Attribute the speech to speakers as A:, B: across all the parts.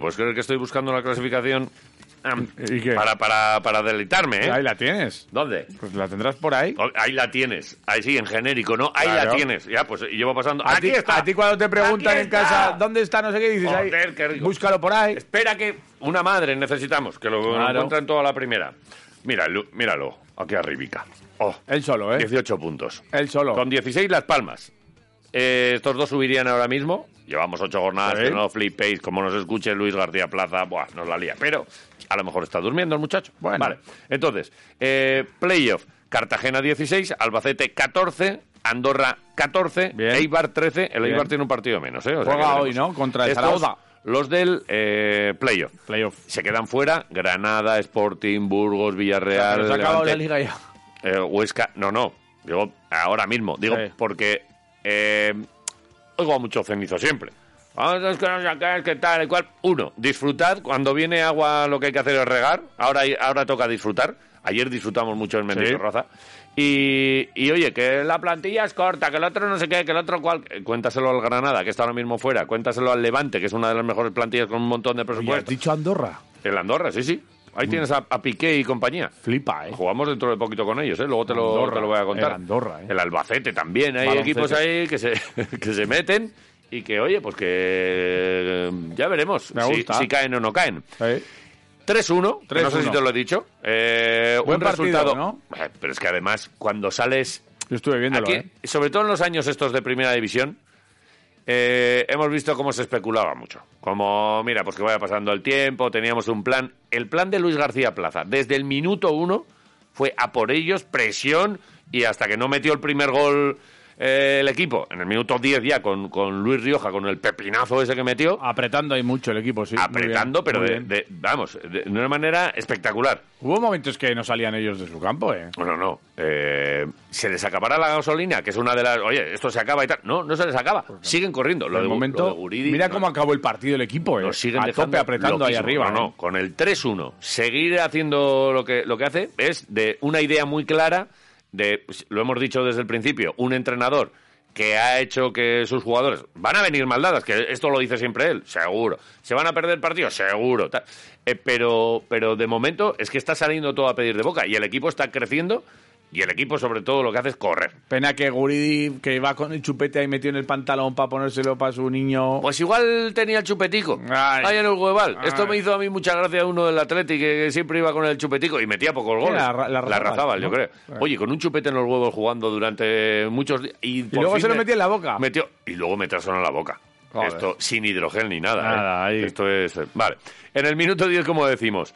A: Pues creo que estoy buscando la clasificación am,
B: ¿Y qué?
A: para, para, para deleitarme, ¿eh?
B: Ahí la tienes.
A: ¿Dónde?
B: Pues la tendrás por ahí.
A: Oh, Ahí la tienes. Ahí sí, en genérico, ¿no? Ahí la
B: Claro.
A: tienes. Ya, pues y llevo pasando.
B: A
A: ¡Aquí
B: ti,
A: está!
B: a ti cuando te preguntan
A: Aquí
B: en
A: está.
B: casa dónde está, no sé qué, dices ahí,
A: Joder, qué rico.
B: búscalo por ahí.
A: Espera que una madre necesitamos, que lo
B: Claro.
A: encuentran toda la primera. Míralo, míralo, aquí arribica. Oh,
B: Él solo, ¿eh?
A: 18 puntos.
B: Él solo.
A: Con 16 Las Palmas. Eh, estos dos subirían ahora mismo. Llevamos ocho jornadas,
B: Sí.
A: que no flipéis, como nos escuche Luis García Plaza, buah, nos la lía. Pero a lo mejor está durmiendo el muchacho.
B: Bueno.
A: Vale, entonces, eh, playoff, Cartagena 16, Albacete 14, Andorra 14,
B: Bien.
A: Eibar 13, el
B: Bien.
A: Eibar tiene un partido menos. ¿eh? O sea
B: Juega
A: que veremos.
B: hoy, ¿no? Contra el
A: Estos,
B: Zaragoza.
A: Los del eh, playoff.
B: Playoff.
A: Se quedan fuera Granada, Sporting, Burgos, Villarreal,
B: Pero se ha acabado la liga
A: Levante.
B: ya.
A: Eh, Huesca, no, no. Digo, ahora mismo. Digo,
B: Sí.
A: porque eh, oigo a mucho cenizo siempre. Vamos a sacar, que tal y cual. Uno, disfrutad. Cuando viene agua, lo que hay que hacer es regar. Ahora, hay- ahora toca disfrutar. Ayer disfrutamos mucho en Mendizorroza. Y, y oye, que la plantilla es corta, que el otro no sé qué, que el otro cual. Eh, Cuéntaselo al Granada, que está ahora mismo fuera. Cuéntaselo al Levante, que es una de las mejores plantillas con un montón de
B: Oye, ¿Has
A: presupuesto.
B: dicho Andorra?
A: El Andorra, sí, sí. Ahí tienes a, a Piqué y compañía.
B: Flipa, ¿eh?
A: Jugamos dentro de poquito con ellos, ¿eh? luego te lo,
B: Andorra,
A: te lo voy a contar.
B: el Andorra, ¿eh?
A: El Albacete también, hay
B: Baloncete.
A: equipos ahí que se, que se meten y que, oye, pues que eh, ya veremos
B: Me
A: si,
B: gusta.
A: si caen o no caen.
B: ¿Eh?
A: 3-1, que no sé
B: 3-1.
A: si te lo he dicho. Eh,
B: Buen
A: un
B: partido,
A: resultado.
B: ¿no?
A: Eh, Pero es que además, cuando sales
B: Yo estuve viéndolo,
A: Aquí,
B: ¿eh?
A: sobre todo en los años estos de primera división, eh, hemos visto cómo se especulaba mucho. Como, mira, pues que vaya pasando el tiempo, teníamos un plan. El plan de Luis García Plaza, desde el minuto uno, fue a por ellos, presión, y hasta que no metió el primer gol eh, el equipo, en el minuto 10 ya, con, con Luis Rioja, con el pepinazo ese que metió,
B: Apretando ahí mucho el equipo, sí. Ah, muy bien,
A: apretando, pero
B: muy
A: de,
B: bien.
A: de- vamos, de, de una manera espectacular.
B: Hubo momentos que no salían ellos de su campo, ¿eh?
A: Bueno, no. Eh, ¿Se les acabará la gasolina? Que es una de las. Oye, esto se acaba y tal. No, no se les acaba. Siguen corriendo. Lo
B: Al
A: de, Gu-
B: momento,
A: lo de Guridi,
B: mira
A: no,
B: cómo acabó el partido el equipo, ¿eh?
A: nos siguen
B: a
A: dejando
B: tope apretando ahí
A: loquísimos.
B: arriba.
A: No, no,
B: ¿eh?
A: con el 3-1. Seguir haciendo lo que, lo que hace es de una idea muy clara de, pues, lo hemos dicho desde el principio, un entrenador que ha hecho que sus jugadores van a venir maldadas, que esto lo dice siempre él, seguro. ¿Se van a perder partidos? Seguro. tal. Eh, pero, pero de momento es que está saliendo todo a pedir de boca y el equipo está creciendo y el equipo sobre todo lo que hace es correr.
B: Pena que Guridi, que va con el chupete ahí metido en el pantalón para ponérselo para su niño.
A: Pues igual tenía el chupetico.
B: Ay.
A: ahí en el hueval.
B: Ay.
A: Esto me hizo a mí mucha gracia uno del Atleti que, que siempre iba con el chupetico y metía pocos goles.
B: la ra- la
A: La
B: Razabal,
A: Razabal, yo
B: ¿no?
A: creo. Oye, con un chupete en los huevos jugando durante muchos días. Y, por
B: luego
A: fin
B: se lo
A: me-
B: metía en la boca.
A: Metió, y luego metérselo en la boca.
B: Joder.
A: Esto sin hidrogel ni nada.
B: Nada,
A: ¿eh?
B: ahí.
A: Esto es. Vale. En el minuto 10, como decimos.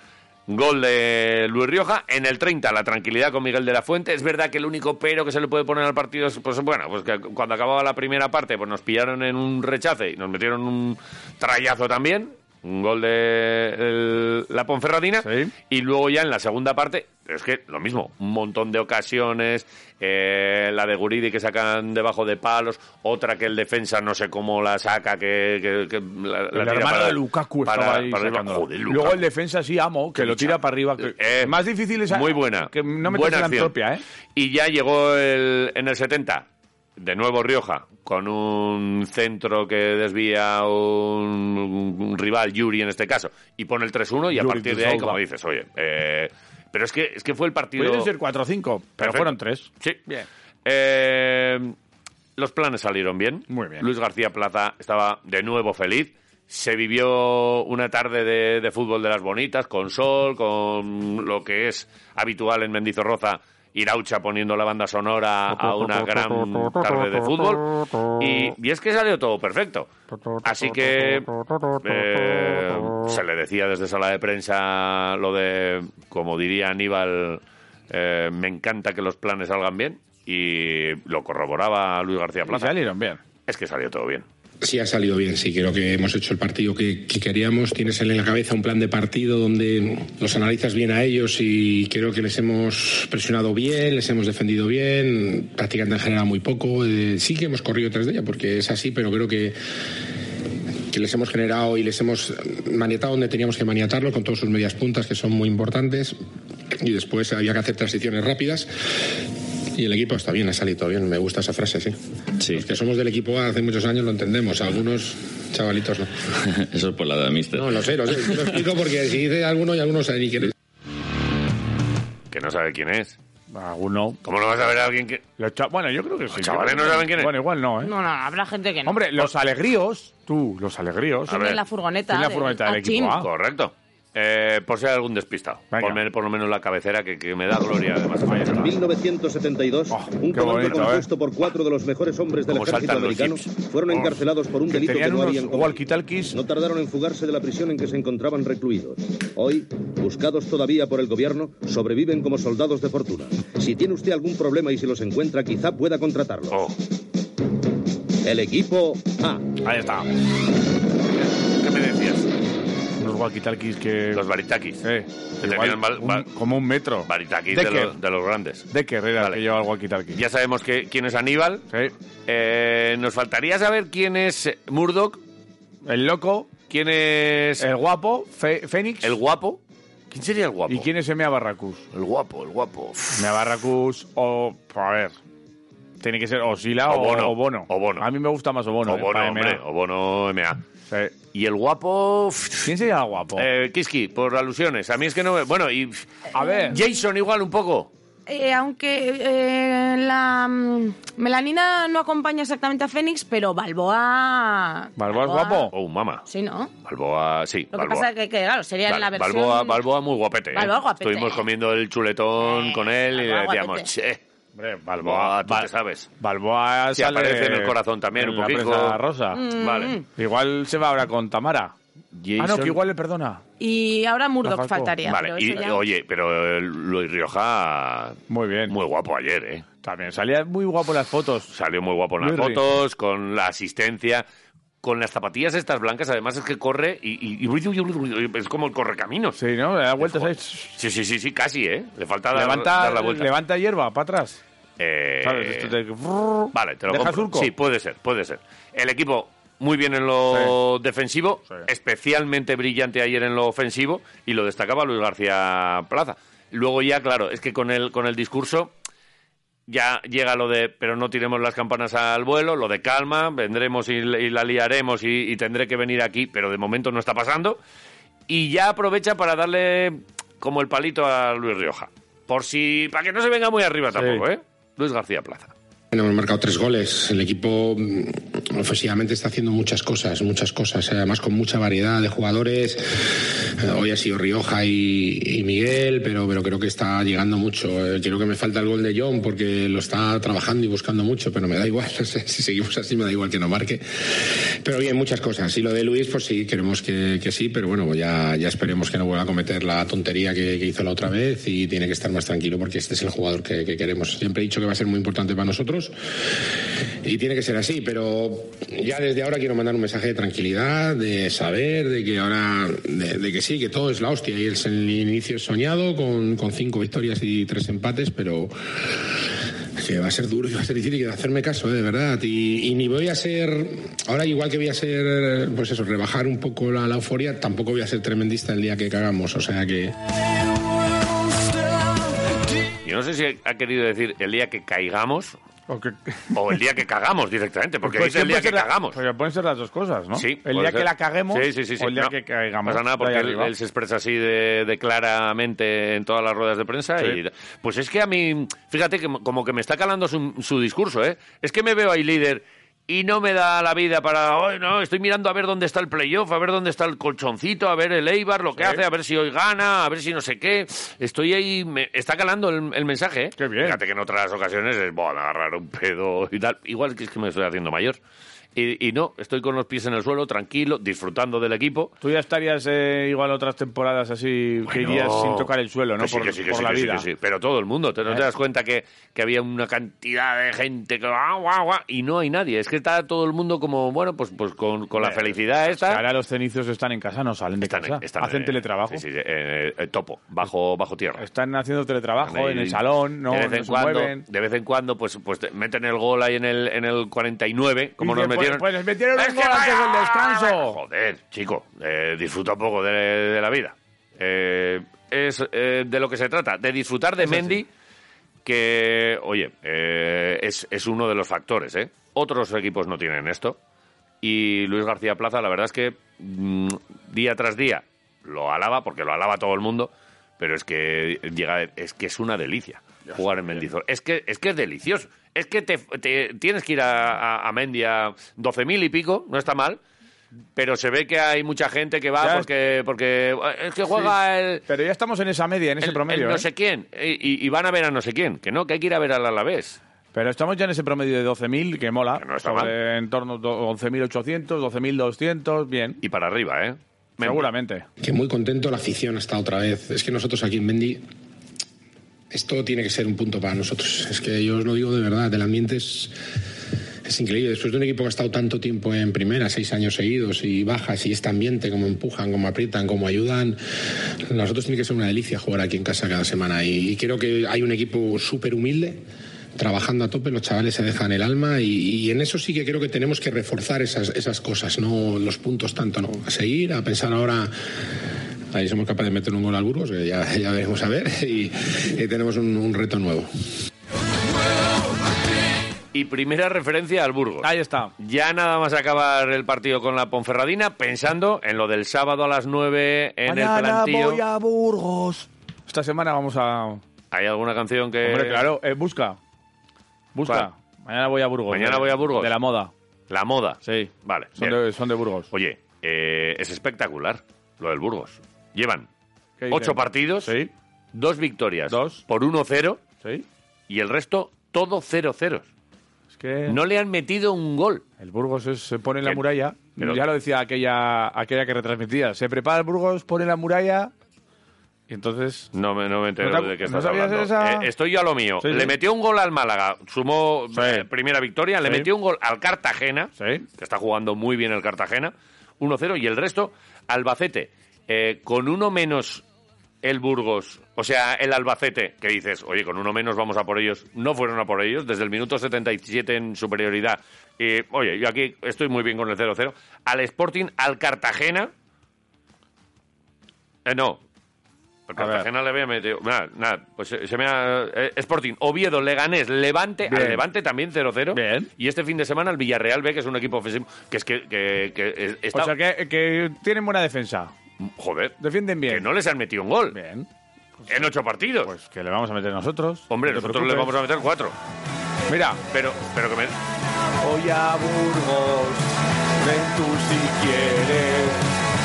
A: Gol de Luis Rioja. En el 30, la tranquilidad con Miguel de la Fuente. Es verdad que el único pero que se le puede poner al partido es, pues bueno, pues que cuando acababa la primera parte, pues nos pillaron en un rechace y nos metieron un trayazo también. Un gol de el- la Ponferradina.
B: Sí.
A: Y luego ya en la segunda parte, es que lo mismo, un montón de ocasiones, eh, la de Guridi que sacan debajo de palos, otra que el defensa no sé cómo la saca, que, que- que la, la
B: El
A: tira
B: hermano
A: para-
B: de Lukaku
A: para-
B: estaba ahí
A: para arriba.
B: sacándola.
A: Joder, Lukaku.
B: Luego el defensa sí, amo, que lo
A: Lucha.
B: tira para arriba. que-
A: Eh,
B: más difícil es a-
A: Muy buena.
B: que no metes
A: buena
B: la
A: acción.
B: propia, ¿eh?
A: Y ya llegó el, en el 70, de nuevo Rioja, con un centro que desvía un, un rival, Yuri en este caso, y pone el 3-1 y a
B: Yuri
A: partir de ahí,
B: Tuzouga.
A: como dices, oye, eh, pero es que, es que fue el partido...
B: Pudieron ser 4 o 5, pero
A: Perfecto.
B: fueron 3.
A: Sí.
B: Bien.
A: Eh, los planes salieron bien.
B: Muy bien.
A: Luis García Plaza estaba de nuevo feliz. Se vivió una tarde de, de fútbol de las bonitas, con sol, con lo que es habitual en Mendizorroza, Iraucha poniendo la banda sonora a una gran tarde de fútbol. Y, y es que salió todo perfecto. Así que eh, se le decía desde sala de prensa lo de, como diría Aníbal, eh, me encanta que los planes salgan bien. Y lo corroboraba Luis García
B: Y
A: Plaza.
B: salieron bien.
A: Es que salió todo bien.
C: Sí ha salido bien, sí, creo que hemos hecho el partido que, que queríamos. Tienes en la cabeza un plan de partido donde los analizas bien a ellos y creo que les hemos presionado bien, les hemos defendido bien, prácticamente han generado muy poco. Eh, sí que hemos corrido tras de ella porque es así, pero creo que, que les hemos generado y les hemos maniatado donde teníamos que maniatarlo con todas sus medias puntas que son muy importantes. Y después había que hacer transiciones rápidas Y el equipo está bien, ha salido bien. Me gusta esa frase, sí.
D: Sí.
C: Los que somos del equipo A hace muchos años lo entendemos. Algunos chavalitos no.
D: Eso es por la de amistad.
C: No, lo sé, lo sé. Lo explico porque si dice alguno y alguno sabe ni quién es.
A: Que no sabe quién es.
B: Alguno.
A: ¿Cómo no vas a ver a alguien que.?
B: Los cha- Bueno, yo creo que sí.
A: chavales no saben quién es.
B: Bueno, igual no, ¿eh?
E: No, no, habrá gente que no.
B: Hombre, los alegríos, tú, los alegríos.
A: A
E: Tienen
A: ver.
E: la furgoneta.
B: Tienen la
E: de-
B: furgoneta del
E: al
B: equipo
E: team.
B: A.
A: Correcto. Eh, por si hay algún despistado.
B: Venga.
A: Ponme por lo menos la cabecera que, que me da gloria. Además, Ahí está.
F: 1972,
B: Oh,
F: un
B: qué
F: comando
B: bonito, eh.
F: compuesto por cuatro de los mejores hombres del
A: Cómo
F: ejército
A: saltan los
F: americano
A: chips.
F: fueron
A: Oh.
F: encarcelados por un
B: Que
F: delito que
B: tenían
F: no
B: unos
F: habían cometido.
B: walkie-talkies.
F: No tardaron en fugarse de la prisión en que se encontraban recluidos. Hoy, buscados todavía por el gobierno, sobreviven como soldados de fortuna. Si tiene usted algún problema y si los encuentra, quizá pueda contratarlos.
A: Oh,
F: El equipo A.
B: Ahí está.
A: ¿Qué me decías?
B: Unos walkie-talkies que.
A: Los baritakis.
B: eh,
A: que
B: igual
A: tenían val-
B: un-
A: val-
B: como un metro.
A: Baritakis de,
B: Decker.
A: los- de los grandes.
B: Decker era el
A: Vale.
B: que llevaba el walkie-talkie.
A: Ya sabemos que, quién es Aníbal.
B: Sí.
A: Eh, nos faltaría saber quién es Murdoch,
B: El loco,
A: quién es
B: el guapo, Fe- Fénix.
A: el guapo. ¿Quién sería el guapo?
B: ¿Y quién es Emea Barracus?
A: El guapo, el guapo.
B: Emea Barracus o. A ver. Tiene que ser o Sila
A: O
B: o,
A: Bono.
B: o Bono.
A: O Bono.
B: A mí me gusta más Obono. eh,
A: Obono,
B: para MA.
A: hombre. Obono MA.
B: Sí.
A: Y el guapo...
B: ¿Quién sería el guapo?
A: Eh, Kiski, por alusiones. A mí es que no... me- Bueno, y
B: a ver.
A: Jason igual un poco.
E: Eh, aunque eh, la mm, melanina no acompaña exactamente a Fénix, pero Balboa.
B: ¿Balboa es guapo?
A: Oh, mamá.
E: Sí, ¿no?
A: Balboa, sí.
E: Lo que
A: Balboa.
E: pasa es que, que, claro, sería
A: Vale,
E: en la versión.
A: Balboa, Balboa muy guapete. ¿eh?
E: Balboa guapete.
A: Estuvimos comiendo el chuletón
E: Eh,
A: con él y le
E: Balboa
A: decíamos,
E: guapete.
A: che,
B: Hombre,
A: Balboa, tú
B: Bal-
A: te sabes.
B: Balboa
A: Sí,
B: sale
A: aparece en el corazón también,
B: en
A: un
B: la
A: poquito. Mm.
B: presa rosa.
E: Mm.
A: Vale.
B: Igual se va ahora con Tamara. Ah, no,
A: Jason-
B: que igual le perdona.
E: Y ahora Murdoch
B: Falcó.
E: faltaría.
A: Vale,
E: pero
A: y
E: eso ya-
A: oye, pero eh, Luis Rioja,
B: Muy bien.
A: muy guapo ayer, ¿eh?
B: También salía muy guapo en las fotos.
A: Salió muy guapo en las
B: Luis Ri-
A: fotos, con la asistencia, con las zapatillas estas blancas, además es que corre y, y- y- es como el correcaminos.
B: Sí, ¿no? Le da vueltas ahí.
A: Sí, sí, sí, sí, casi, ¿eh? Le falta dar,
B: Levanta,
A: dar la vuelta.
B: levanta hierba para atrás.
A: Eh,
B: ¿Sabes? Esto de-
A: Vale, te lo
B: Deja
A: compro.
B: surco.
A: Sí, puede ser, puede ser. El equipo muy bien en lo defensivo,
B: Sí.
A: especialmente brillante ayer en lo ofensivo, y lo destacaba Luis García Plaza. Luego ya, claro, es que con el, con el discurso ya llega lo de pero no tiremos las campanas al vuelo, lo de calma, vendremos y, y la liaremos y, y tendré que venir aquí, pero de momento no está pasando. Y ya aprovecha para darle como el palito a Luis Rioja. Por si, para que no se venga muy arriba tampoco, ¿eh? Luis García Plaza.
C: Bueno, hemos marcado tres goles. El equipo mm, ofensivamente está haciendo muchas cosas, muchas cosas. eh, Además, con mucha variedad de jugadores. Eh, Hoy ha sido Rioja y, y Miguel, pero, pero creo que está llegando mucho. Eh, Creo que me falta el gol de John porque lo está trabajando y buscando mucho, pero me da igual. No sé, si seguimos así, me da igual que no marque. Pero bien, muchas cosas. Y lo de Luis, pues sí, queremos que, que sí, pero bueno, ya, ya esperemos que no vuelva a cometer la tontería que, que hizo la otra vez y tiene que estar más tranquilo porque este es el jugador que, que queremos. Siempre he dicho que va a ser muy importante para nosotros y tiene que ser así, pero ya desde ahora quiero mandar un mensaje de tranquilidad, de saber, de que ahora, de, de que sí, que todo es la hostia. Y el, el inicio es soñado con, con cinco victorias y tres empates, pero que va a ser duro y va a ser difícil y que hacerme caso, eh, de verdad. Y, y ni voy a ser, ahora igual que voy a ser, pues eso, rebajar un poco la, la euforia, tampoco voy a ser tremendista el día que cagamos. O sea que
A: Yo no sé si ha querido decir el día que caigamos
B: O que-
A: o el día que cagamos directamente, porque
B: Pues
A: dice el
B: siempre
A: día que
B: ser la-
A: cagamos.
B: Porque pueden ser las dos cosas, ¿no?
A: Sí,
B: El
A: puede
B: día
A: ser.
B: que la caguemos
A: Sí, sí, sí, sí.
B: o el día
A: No,
B: que caigamos.
A: No pasa nada
B: Ahí
A: porque él,
B: arriba.
A: él se expresa así de, de claramente en todas las ruedas de prensa.
B: Sí.
A: y- pues es que a mí, fíjate, que mo- como que me está calando su, su discurso, ¿eh? Es que me veo ahí líder y no me da la vida para, hoy no, estoy mirando a ver dónde está el playoff, a ver dónde está el colchoncito, a ver el Eibar, lo que hace, a ver si hoy gana, a ver si no sé qué. Estoy ahí, me está calando el, el mensaje, ¿eh?
B: Qué bien.
A: Fíjate que en otras ocasiones es, bueno, agarrar un pedo y tal. Igual que es que me estoy haciendo mayor. Y, y no, estoy con los pies en el suelo, tranquilo, disfrutando del equipo.
B: Tú ya estarías eh, igual otras temporadas así, que
A: Bueno,
B: irías sin tocar el suelo, ¿no?
A: que sí,
B: por
A: que sí, que
B: por
A: sí,
B: la
A: que sí,
B: vida.
A: que sí. Pero todo el mundo, ¿te, ¿no te das cuenta que, que había una cantidad de gente que guau, guau, guau, y no hay nadie? Es que está todo el mundo como, bueno, pues, pues con, con
B: Eh,
A: la felicidad
B: Que
A: esta.
B: Ahora los cenizos están en casa, no salen de
A: Están-
B: casa.
A: están,
B: Hacen
A: eh,
B: teletrabajo.
A: sí, sí, eh, eh, topo, bajo, bajo tierra.
B: Están haciendo teletrabajo
A: Ahí,
B: en el salón, no,
A: de vez
B: no
A: en
B: se
A: cuando,
B: mueven.
A: De vez en cuando, pues, pues te meten el gol ahí en el, en el 49, como
B: Dice,
A: nos
B: pues-
A: metieron.
B: pues les metieron un
A: ¡Es que
B: gol antes
A: vaya!
B: del descanso!
A: Joder, chico, eh, disfruta un poco de, de la vida. Eh, es eh, de lo que se trata, de disfrutar de Mendy, que, oye, eh, es, es uno de los factores. ¿eh? Otros equipos no tienen esto. Y Luis García Plaza, la verdad es que mm, día tras día lo alaba, porque lo alaba todo el mundo, pero es que llega, es que es una delicia jugar en Mendizor. Es que, es que es delicioso. Es que te, te- tienes que ir a, a, a Mendia 12.000 y pico, no está mal. Pero se ve que hay mucha gente que va
B: Ya es-
A: porque, porque eh, es que juega
B: Sí.
A: el,
B: Pero ya estamos en esa media, en ese
A: el-
B: promedio.
A: el no
B: ¿eh?
A: sé quién. Y, y- y van a ver a no sé quién. Que no, que hay que ir a ver al Alavés.
B: Pero estamos ya en ese promedio de 12.000, que mola.
A: Que no está
B: Sobre
A: mal.
B: En torno a do- 11.800, 12.200, bien.
A: Y para arriba, ¿eh? Me-
B: Seguramente.
C: que muy contento la afición está otra vez. Es que nosotros aquí en Mendy, esto tiene que ser un punto para nosotros. Es que yo os lo digo de verdad, el ambiente es, es increíble. Después de un equipo que ha estado tanto tiempo en primera, seis años seguidos, y bajas, y este ambiente, como empujan, como aprietan, como ayudan, nosotros tiene que ser una delicia jugar aquí en casa cada semana. Y, y creo que hay un equipo súper humilde. Trabajando a tope, los chavales se dejan el alma y, y en eso sí que creo que tenemos que reforzar esas, esas cosas, no los puntos tanto, no. A seguir, a pensar ahora Ahí somos capaces de meter un gol al Burgos, que ya, ya veremos a ver, y, y tenemos un, un reto nuevo.
A: Y primera referencia al Burgos.
B: Ahí está.
A: Ya nada más acabar el partido con la Ponferradina, pensando en lo del sábado a las 9 en el
B: Mañana
A: plantillo.
B: voy a Burgos. Esta semana vamos a...
A: ¿Hay alguna canción que...?
B: Hombre, claro, eh, busca. Busca. Mañana voy a Burgos.
A: Mañana
B: De-
A: voy a Burgos.
B: De la moda.
A: La moda.
B: Sí.
A: Vale.
B: Son,
A: bien. Pues
B: de, son de Burgos.
A: Oye, eh, es espectacular lo del Burgos. Llevan
B: ¿Qué dicen?
A: ocho partidos,
B: Sí.
A: dos victorias
B: Dos.
A: por 1-0
B: Sí.
A: y el resto todo 0-0.
B: Es que...
A: No le han metido un gol.
B: El Burgos es- se pone en la
A: Que-
B: muralla.
A: pero-
B: ya lo decía aquella, aquella que retransmitía. Se prepara el Burgos, pone la muralla. Y entonces.
A: No me, no me entero
B: ¿No te acu-
A: de qué
B: no
A: estás
B: sabías
A: hablando.
B: esa?
A: Eh, estoy yo a lo mío.
B: Sí,
A: le
B: sí.
A: metió un gol al Málaga, sumó
B: Sí.
A: eh, primera victoria, le
B: Sí.
A: metió un gol al Cartagena,
B: Sí.
A: que está jugando muy bien el Cartagena, 1-0, y el resto, Albacete, eh, con uno menos el Burgos, o sea, el Albacete, que dices, oye, con uno menos vamos a por ellos, no fueron a por ellos, desde el minuto 77 en superioridad. Eh, oye, yo aquí estoy muy bien con el 0-0. Al Sporting, al Cartagena. Eh, no.
B: A
A: Al
B: ver.
A: Cartagena le había metido. Nada, nada. Pues se, se me ha. eh, Sporting, Oviedo, Leganés, Levante. Al
B: Bien.
A: Levante también 0-0.
B: Bien.
A: Y este fin de semana el Villarreal B, que es un equipo ofensivo. Que es que. que- que, eh, está-
B: O sea, que, que tienen buena defensa.
A: joder.
B: Defienden bien.
A: Que no les han metido un gol.
B: Bien.
A: En ocho partidos.
B: Pues que le vamos a meter nosotros.
A: Hombre,
B: No te
A: nosotros le vamos
B: preocupes.
A: a meter cuatro.
B: Mira.
A: Pero, pero que me.
B: Voy a Burgos. Ven tú si quieres.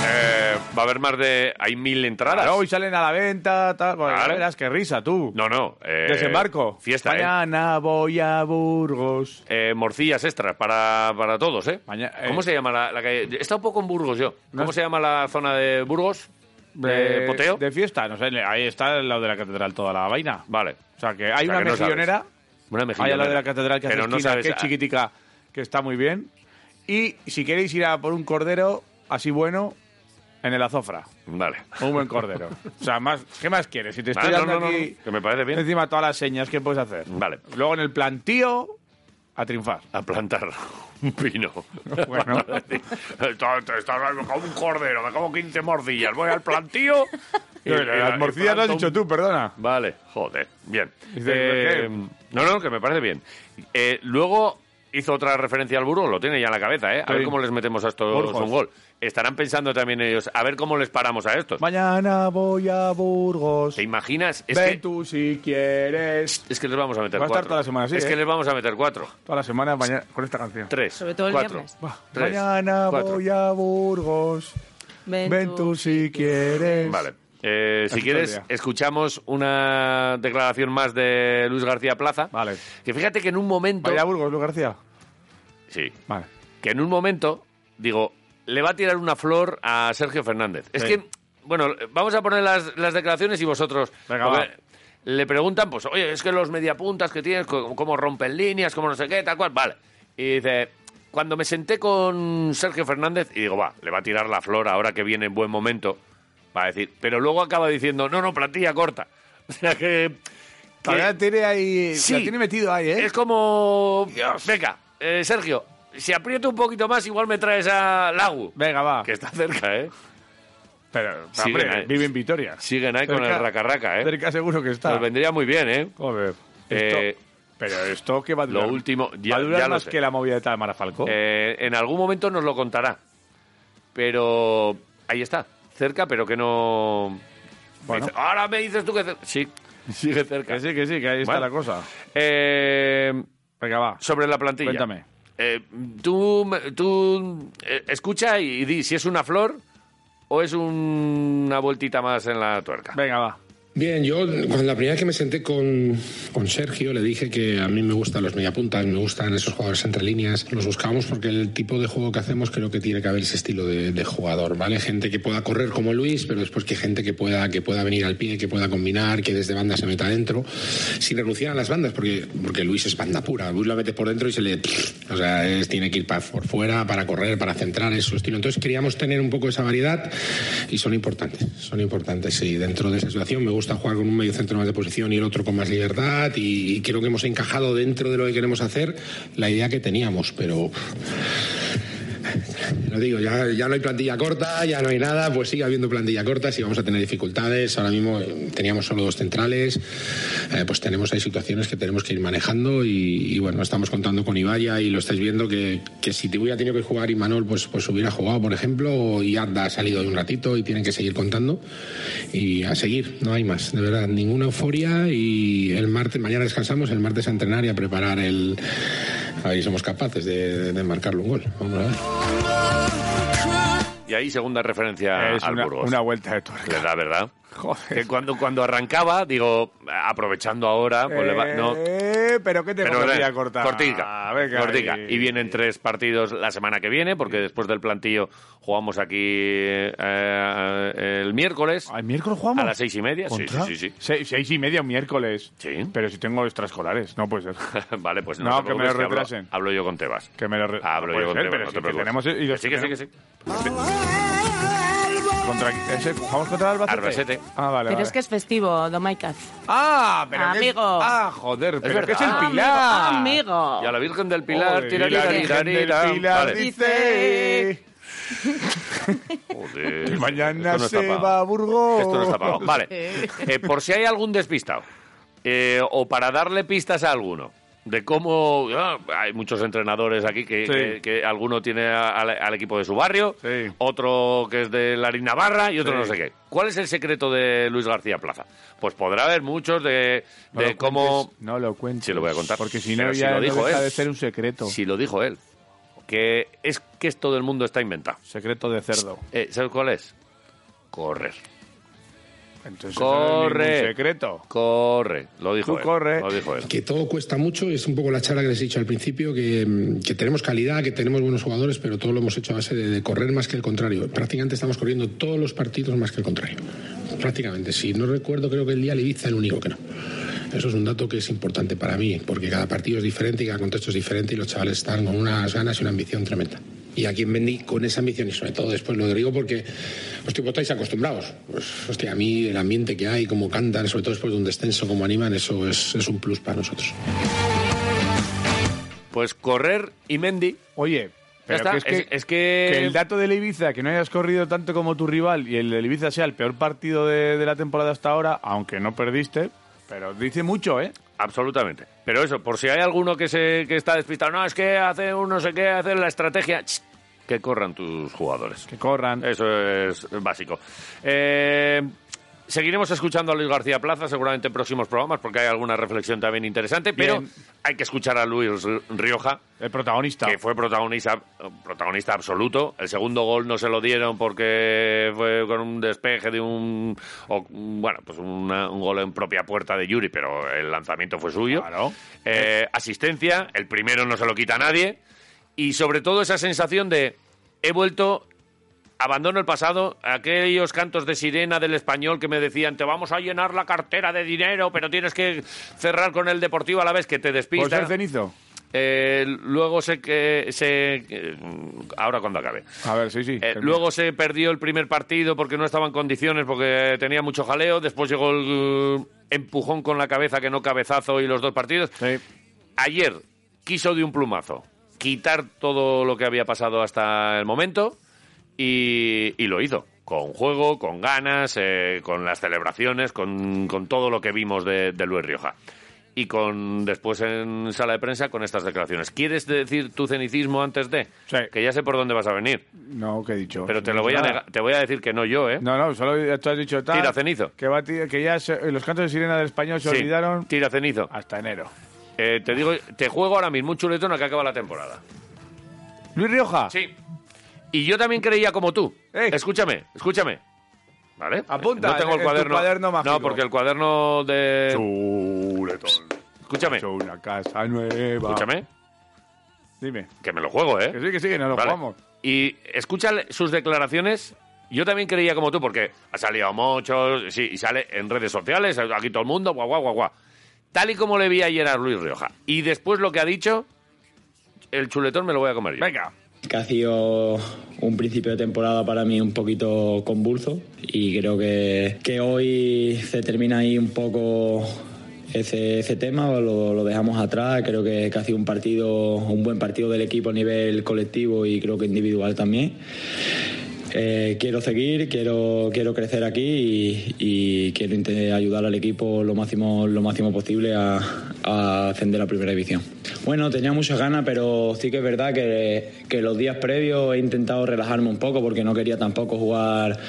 A: eh, va a haber más de. Hay mil entradas.
B: Claro, hoy salen a la venta. Tal. Bueno, ya
A: Claro.
B: verás, qué risa tú.
A: No, no. eh,
B: Desembarco.
A: Fiesta, ¿eh?
B: Mañana voy a Burgos.
A: Eh, morcillas extras para, para todos, ¿eh?
B: Maña- eh.
A: ¿Cómo se llama la, la calle? He estado poco en Burgos yo. ¿Cómo
B: No es-
A: se llama la zona de Burgos? ¿De Poteo?
B: Eh, De fiesta, no sé, ahí está al lado de la catedral toda la vaina.
A: Vale.
B: O sea que hay
A: O sea,
B: una
A: que no
B: mejillonera,
A: Una
B: hay
A: mejillonera.
B: al lado de la catedral que
A: Pero
B: hace
A: no
B: esquina,
A: sabes,
B: que es
A: ah,
B: chiquitica, que está muy bien. Y si queréis ir a por un cordero así bueno, en el azofra.
A: Vale.
B: Un buen cordero. o sea, más, ¿qué más quieres? Si te estoy
A: Ah, no,
B: dando
A: no, no,
B: aquí
A: no, que me parece bien.
B: encima todas las señas que puedes hacer.
A: Vale.
B: Luego en el plantío, a triunfar.
A: A plantar un pino.
B: Bueno.
A: Estás- te estás hablando como un cordero, me como 15 morcillas. Voy al plantío. y- y-
B: las
A: y
B: morcillas lo has
A: planto un
B: dicho tú, perdona.
A: Vale, joder, bien.
B: Dice,
A: Eh,
B: ¿qué?
A: no, no, que me parece bien. Eh, luego hizo otra referencia al Burgos, lo tiene ya en la cabeza, ¿eh? A
B: Sí.
A: ver cómo les metemos a estos
B: Burgos.
A: un gol. Estarán pensando también ellos, a ver cómo les paramos a estos.
B: Mañana voy a Burgos.
A: ¿Te imaginas? Es,
B: Ven
A: que,
B: tú si quieres.
A: es que les vamos a meter
B: Va a estar
A: cuatro.
B: toda la semana así,
A: es
B: ¿eh?
A: que les vamos a meter cuatro,
B: Toda la semana mañana, con esta canción.
A: tres,
E: Sobre todo el
A: cuatro,
E: viernes.
B: Buah,
A: tres,
B: mañana
A: cuatro.
B: voy a Burgos.
E: Ven,
B: Ven tú si quieres.
A: Vale. Eh, si
B: Así
A: quieres,
B: podría.
A: escuchamos una declaración más de Luis García Plaza.
B: Vale.
A: Que fíjate que en un momento...
B: Vaya Burgos, Luis García.
A: Sí,
B: Vale.
A: que en un momento, digo, le va a tirar una flor a Sergio Fernández. Es
B: Sí.
A: que, bueno, vamos a poner las, las declaraciones y vosotros.
B: Venga,
A: porque
B: va.
A: Le preguntan, pues, oye, es que los mediapuntas que tienes, co- cómo rompen líneas, cómo no sé qué, tal cual. Vale. Y dice, cuando me senté con Sergio Fernández, y digo, va, le va a tirar la flor ahora que viene en buen momento, va a decir. Pero luego acaba diciendo, no, no, plantilla corta. O sea que.
B: Todavía
A: que-
B: tiene ahí.
A: Sí.
B: la tiene metido ahí, ¿eh?
A: es como. Venga, eh, Sergio, si aprieto un poquito más, igual me traes a Lagu.
B: Venga, va.
A: Que está cerca, ¿eh?
B: Pero,
A: Sí,
B: hombre,
A: venga, eh.
B: vive en Vitoria.
A: Siguen ahí con el
B: Cerca-
A: racarraca, ¿eh?
B: Cerca seguro que está.
A: Nos vendría muy bien, ¿eh?
B: Joder. Esto-
A: Eh,
B: pero esto que va a durar.
A: lo último, ya-
B: va a durar
A: ya lo
B: más
A: sé.
B: que la movida de Tamara Falcó.
A: eh, en algún momento nos lo contará. Pero ahí está, cerca, pero que no... Me
B: Bueno.
A: dice, Ahora me dices tú que... cer-". Sí, sigue cerca.
B: que sí, que sí, que ahí está
A: Bueno.
B: la cosa.
A: Eh,
B: Venga, va.
A: sobre la plantilla.
B: Cuéntame.
A: Eh, tú me- tú eh, escucha y di si es una flor o es un- una vueltita más en la tuerca.
B: Venga, va.
C: Bien, yo cuando la primera vez que me senté con, con Sergio le dije que a mí me gustan los mediapuntas, me gustan esos jugadores entre líneas, los buscábamos porque el tipo de juego que hacemos creo que tiene que haber ese estilo de, de jugador, ¿vale? Gente que pueda correr como Luis, pero después que gente que pueda, que pueda venir al pie, que pueda combinar, que desde banda se meta dentro, sin renunciar a las bandas, porque, porque Luis es banda pura, Luis la mete por dentro y se le... O sea, es- tiene que ir para, por fuera, para correr, para centrar, es su estilo. Entonces queríamos tener un poco esa variedad y son importantes, son importantes. Y dentro de esa situación me gusta jugar con un medio centro más de posición y el otro con más libertad y, y creo que hemos encajado dentro de lo que queremos hacer la idea que teníamos, pero lo digo, ya, ya no hay plantilla corta, ya no hay nada, pues sigue habiendo plantilla corta, si vamos a tener dificultades. Ahora mismo eh, teníamos solo dos centrales, eh, pues tenemos hay situaciones que tenemos que ir manejando y, y bueno, estamos contando con Ibaya y lo estáis viendo que, que si te hubiera tenido que jugar Imanol, pues, pues hubiera jugado, por ejemplo, y Arda ha salido de un ratito y tienen que seguir contando y a seguir, no hay más, de verdad, ninguna euforia y el martes, mañana descansamos, el martes a entrenar y a preparar el... A ver si somos capaces de, de- de marcarle un gol. Vamos a ver.
A: Y ahí segunda referencia
B: es
A: Ah, al
B: una,
A: Burgos.
B: una vuelta de tuerca.
A: La verdad.
B: Joder.
A: Que cuando, cuando arrancaba, digo, aprovechando ahora, pues le va- no.
B: Eh, pero qué te
A: Pero,
B: voy a
A: eh,
B: cortar.
A: Cortica.
B: Venga,
A: cortica.
B: ahí.
A: Y vienen tres partidos la semana que viene, porque después del plantillo jugamos aquí eh, el miércoles.
B: ¿Al miércoles jugamos?
A: A las seis y media, sí,
B: ¿Contra?
A: sí, sí, sí.
B: Se- seis y media un miércoles.
A: Sí.
B: Pero si tengo extraescolares, no puede ser.
A: vale, pues no.
B: No,
A: te
B: que me
A: preocupes,
B: lo
A: hablo-
B: retrasen.
A: Hablo, yo con Tebas.
B: Que me lo re-
A: Hablo
B: no
A: Ah, yo con
B: puede ser,
A: Tebas,
B: Ah, pero
A: no
B: sí que tenemos-
A: te preocupes.
B: e-, y los
A: sí,
B: que
A: que sí, que
B: tenemos-
A: sí.
B: Contra, ese- ¿Jugamos contra el Albacete?
A: Albacete.
B: Ah, vale,
E: Pero
B: vale.
E: es que es festivo, Domaikaz.
B: Ah, pero que es-
E: Amigo. Ah,
B: Ah, joder, pero que es el
A: verdad.
B: Pilar.
E: Amigo.
A: Y a la Virgen del Pilar,
B: Joder, la
A: tira, tira,
B: Virgen
A: tira,
B: del
A: tira.
B: Pilar
A: Vale.
B: dice...
A: Joder,
B: Y mañana
A: esto no está
B: se
A: pagado.
B: va a Burgos.
A: Esto no está pagado. Vale. Eh, por si hay algún despistado, eh, o para darle pistas a alguno, de cómo. ah, hay muchos entrenadores aquí que,
B: Sí.
A: que- que alguno tiene a- al, al equipo de su barrio,
B: Sí.
A: otro que es de la Barra y otro
B: Sí.
A: no sé qué. ¿Cuál es el secreto de Luis García Plaza? Pues podrá haber muchos de,
B: No
A: de
B: lo
A: cómo.
B: cuentes, no lo cuentes.
A: Sí, lo voy a contar.
B: Porque si no,
A: Pero si
B: ya
A: lo dijo
B: no deja
A: él.
B: de ser un secreto.
A: Si lo dijo él, que es que es todo el mundo está inventado.
B: Secreto de cerdo.
A: Eh, ¿Sabes cuál es? Correr.
B: Entonces,
A: Corre.
B: No es ningún secreto.
A: Corre. Lo dijo
B: Tú
A: él.
B: corre.
A: Lo dijo él.
C: que todo cuesta mucho, es un poco la charla que les he dicho al principio, que, mm, que tenemos calidad, que tenemos buenos jugadores, pero todo lo hemos hecho a base de, de correr más que el contrario. Prácticamente estamos corriendo todos los partidos más que el contrario. Prácticamente, si no recuerdo, creo que el día de Ibiza el único que no. Eso es un dato que es importante para mí, porque cada partido es diferente y cada contexto es diferente y los chavales están con unas ganas y una ambición tremenda. Y aquí en Mendy con esa ambición y sobre todo después lo digo porque los tipos estáis acostumbrados. Pues, hostia, a mí el ambiente que hay, cómo cantan, sobre todo después de un descenso, cómo animan, eso es- es un plus para nosotros.
A: Pues correr y Mendy.
B: Oye, pero
A: está,
B: que es, que,
A: es- es que-
B: el dato del Ibiza, que no hayas corrido tanto como tu rival y el del Ibiza sea el peor partido de, de la temporada hasta ahora, aunque no perdiste, pero dice mucho, ¿eh?
A: Absolutamente. Pero eso, por si hay alguno que se que está despistado, no, es que hace un no sé qué, hace la estrategia. Ch, que corran tus jugadores.
B: Que corran.
A: Eso es básico. Eh, seguiremos escuchando a Luis García Plaza, seguramente en próximos programas, porque hay alguna reflexión también interesante, pero
B: Bien.
A: hay que escuchar a Luis Rioja,
B: El protagonista.
A: que fue protagonista, protagonista absoluto. El segundo gol no se lo dieron porque fue con un despeje de un. o, bueno, pues una- un gol en propia puerta de Yuri, pero el lanzamiento fue suyo.
B: Claro.
A: Eh, asistencia, el primero no se lo quita a nadie. Y sobre todo esa sensación de he vuelto. Abandono el pasado, aquellos cantos de sirena del español que me decían te vamos a llenar la cartera de dinero, pero tienes que cerrar con el deportivo a la vez que te
B: ¿Por
A: despista.
B: ser cenizo?
A: Eh, luego sé que se eh, ahora cuando acabe.
B: A ver, sí, sí.
A: Eh,
B: termina.
A: luego se perdió el primer partido porque no estaba en condiciones, porque tenía mucho jaleo. Después llegó el eh, empujón con la cabeza que no cabezazo y los dos partidos.
B: Sí.
A: Ayer quiso de un plumazo quitar todo lo que había pasado hasta el momento y, y lo hizo. Con juego, con ganas, eh, con las celebraciones, con, con todo lo que vimos de, de Luis Rioja. y con después en sala de prensa con estas declaraciones. ¿Quieres decir tu cenicismo antes de?
B: Sí.
A: Que ya sé por dónde vas a venir,
B: No, que he dicho.
A: pero te
B: No
A: lo
B: he
A: voy a
B: dicho nada.
A: nega- te voy a decir que no yo, ¿eh?
B: No, no, solo tú has dicho tal.
A: Tira cenizo.
B: Que, va a ti- que ya se- los cantos de sirena del español se
A: Sí,
B: olvidaron Ah.
A: Tira cenizo.
B: hasta enero.
A: Eh, te digo, te juego ahora mismo un chuletón a que acaba la temporada.
B: Luis Rioja,
A: Sí. Y yo también creía como tú.
B: Ey.
A: Escúchame, escúchame. ¿Vale?
B: Apunta,
A: No tengo
B: es
A: el
B: tu
A: cuaderno.
B: cuaderno mágico.
A: No, porque el cuaderno de.
B: chuletón.
A: Escúchame,
B: Hecho una casa nueva.
A: escúchame.
B: Dime.
A: Que me lo juego, ¿eh?
B: Que sí, que sí, que nos lo
A: Vale.
B: jugamos.
A: Y escucha sus declaraciones. Yo también creía como tú, porque ha salido mucho, sí, y sale en redes sociales, aquí todo el mundo, guau, guau, guau, guau. Tal y como le vi ayer a Luis Rioja. Y después lo que ha dicho, el chuletón me lo voy a comer yo.
B: Venga.
G: que ha sido un principio de temporada para mí un poquito convulso y creo que, que hoy se termina ahí un poco ese, ese tema, lo, lo dejamos atrás, creo que, que ha sido un partido, un buen partido del equipo a nivel colectivo y creo que individual también. Eh, quiero seguir, quiero, quiero crecer aquí y, y quiero inte- ayudar al equipo lo máximo, lo máximo posible a, a ascender a primera división. Bueno, tenía muchas ganas, pero sí que es verdad que, que los días previos he intentado relajarme un poco porque no quería tampoco jugar,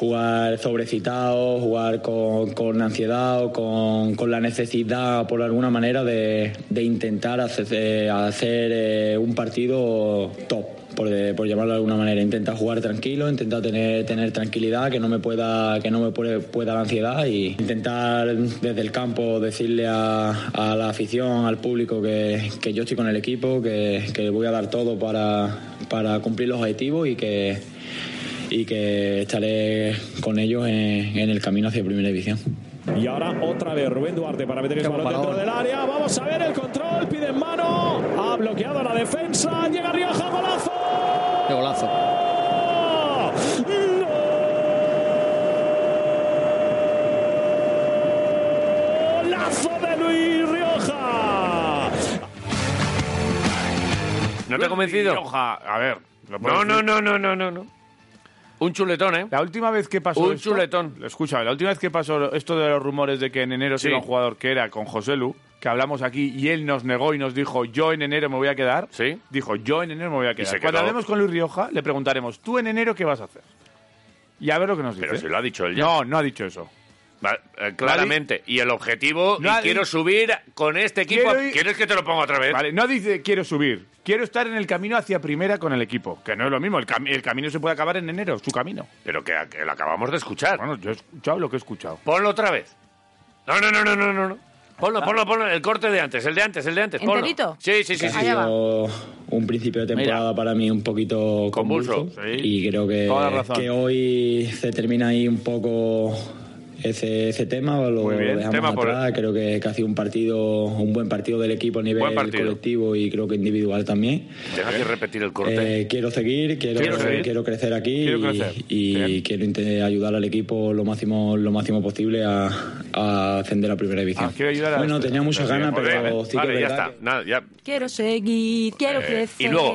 G: jugar sobrecitado, jugar con, con ansiedad o con, con la necesidad, por alguna manera, de, de intentar hacer, eh, hacer eh, un partido top por, de- por llamarlo de alguna manera. Intenta jugar tranquilo, intenta tener, tener tranquilidad, que no me pueda, que no me puede- pueda la ansiedad y intentar desde el campo decirle a, a la afición, al público que, que yo estoy con el equipo, que, que voy a dar todo para, para cumplir los objetivos y que y que estaré con ellos en, en el camino hacia Primera División.
H: Y ahora otra vez Rubén Duarte para meter el balón dentro del área. Vamos a ver el control, pide en mano. Ha bloqueado la defensa. Llega Rioja, golazo.
I: De golazo.
H: Golazo de Luis Rioja.
A: ¿No te ha convencido?
B: Rioja, a ver. lo puedo
A: No,
B: decir.
A: no, no, no, no, no, no. Un chuletón, ¿eh?
B: La última vez que pasó.
A: Un
B: esto-
A: chuletón.
B: Escúchame, la última vez que pasó esto de los rumores de que en enero se
A: Sí.
B: iba un jugador que era con José Lu, que hablamos aquí y él nos negó y nos dijo, yo en enero me voy a quedar.
A: Sí.
B: Dijo, yo en enero me voy a
A: se
B: quedar.
A: quedó.
B: Cuando hablemos con Luis Rioja, le preguntaremos, ¿tú en enero qué vas a hacer? Y a ver lo que nos dice.
A: Pero si lo ha dicho él ya.
B: No, no ha dicho eso.
A: Va- eh, claramente. Y el objetivo,
B: No ha
A: y quiero
B: dicho-
A: subir con este equipo.
B: Quiero ir-
A: ¿Quieres que te lo ponga otra vez?
B: Vale, no dice quiero subir, quiero estar en el camino hacia primera con el equipo, que no es lo mismo, el, cami- el camino se puede acabar en enero, su camino.
A: Pero que, que lo acabamos de escuchar.
B: Bueno, yo he escuchado lo que he escuchado.
A: Ponlo otra vez. No, no, no, no, no, no. no. Ponlo,
B: Ah.
A: ponlo, ponlo. El corte de antes, el de antes, el de antes. Ponlo.
E: ¿Enterito?
A: Sí, sí, sí.
G: Ha
A: sí.
E: Allá va.
G: sido un principio de temporada para mí un poquito
A: Convulso,
G: convulso,
A: sí.
G: y creo que,
B: Toda la razón.
G: que hoy se termina ahí un poco ese, ese tema, lo,
A: Muy bien,
G: lo dejamos
A: tema por-
G: atrás, creo que, que ha sido un partido, un buen partido del equipo a nivel
A: Buen partido.
G: colectivo y creo que individual también.
A: Deja que repetir el corte.
G: Eh, quiero seguir, quiero,
A: Quiero
G: quiero,
A: seguir.
G: crecer aquí
B: Quiero
G: y-
B: crecer.
G: y,
B: Bien.
G: quiero inte- ayudar al equipo lo máximo, lo máximo posible a, a ascender a primera división.
B: Ah, quiero ayudar a
G: bueno,
B: este.
G: tenía muchas
B: Bien,
G: ganas,
A: Muy bien,
G: pero sí que es
A: Vale, ya
G: verdad
A: está.
G: que-
A: Nada, ya.
E: Quiero seguir, quiero
A: Eh,
E: crecer.
A: y luego,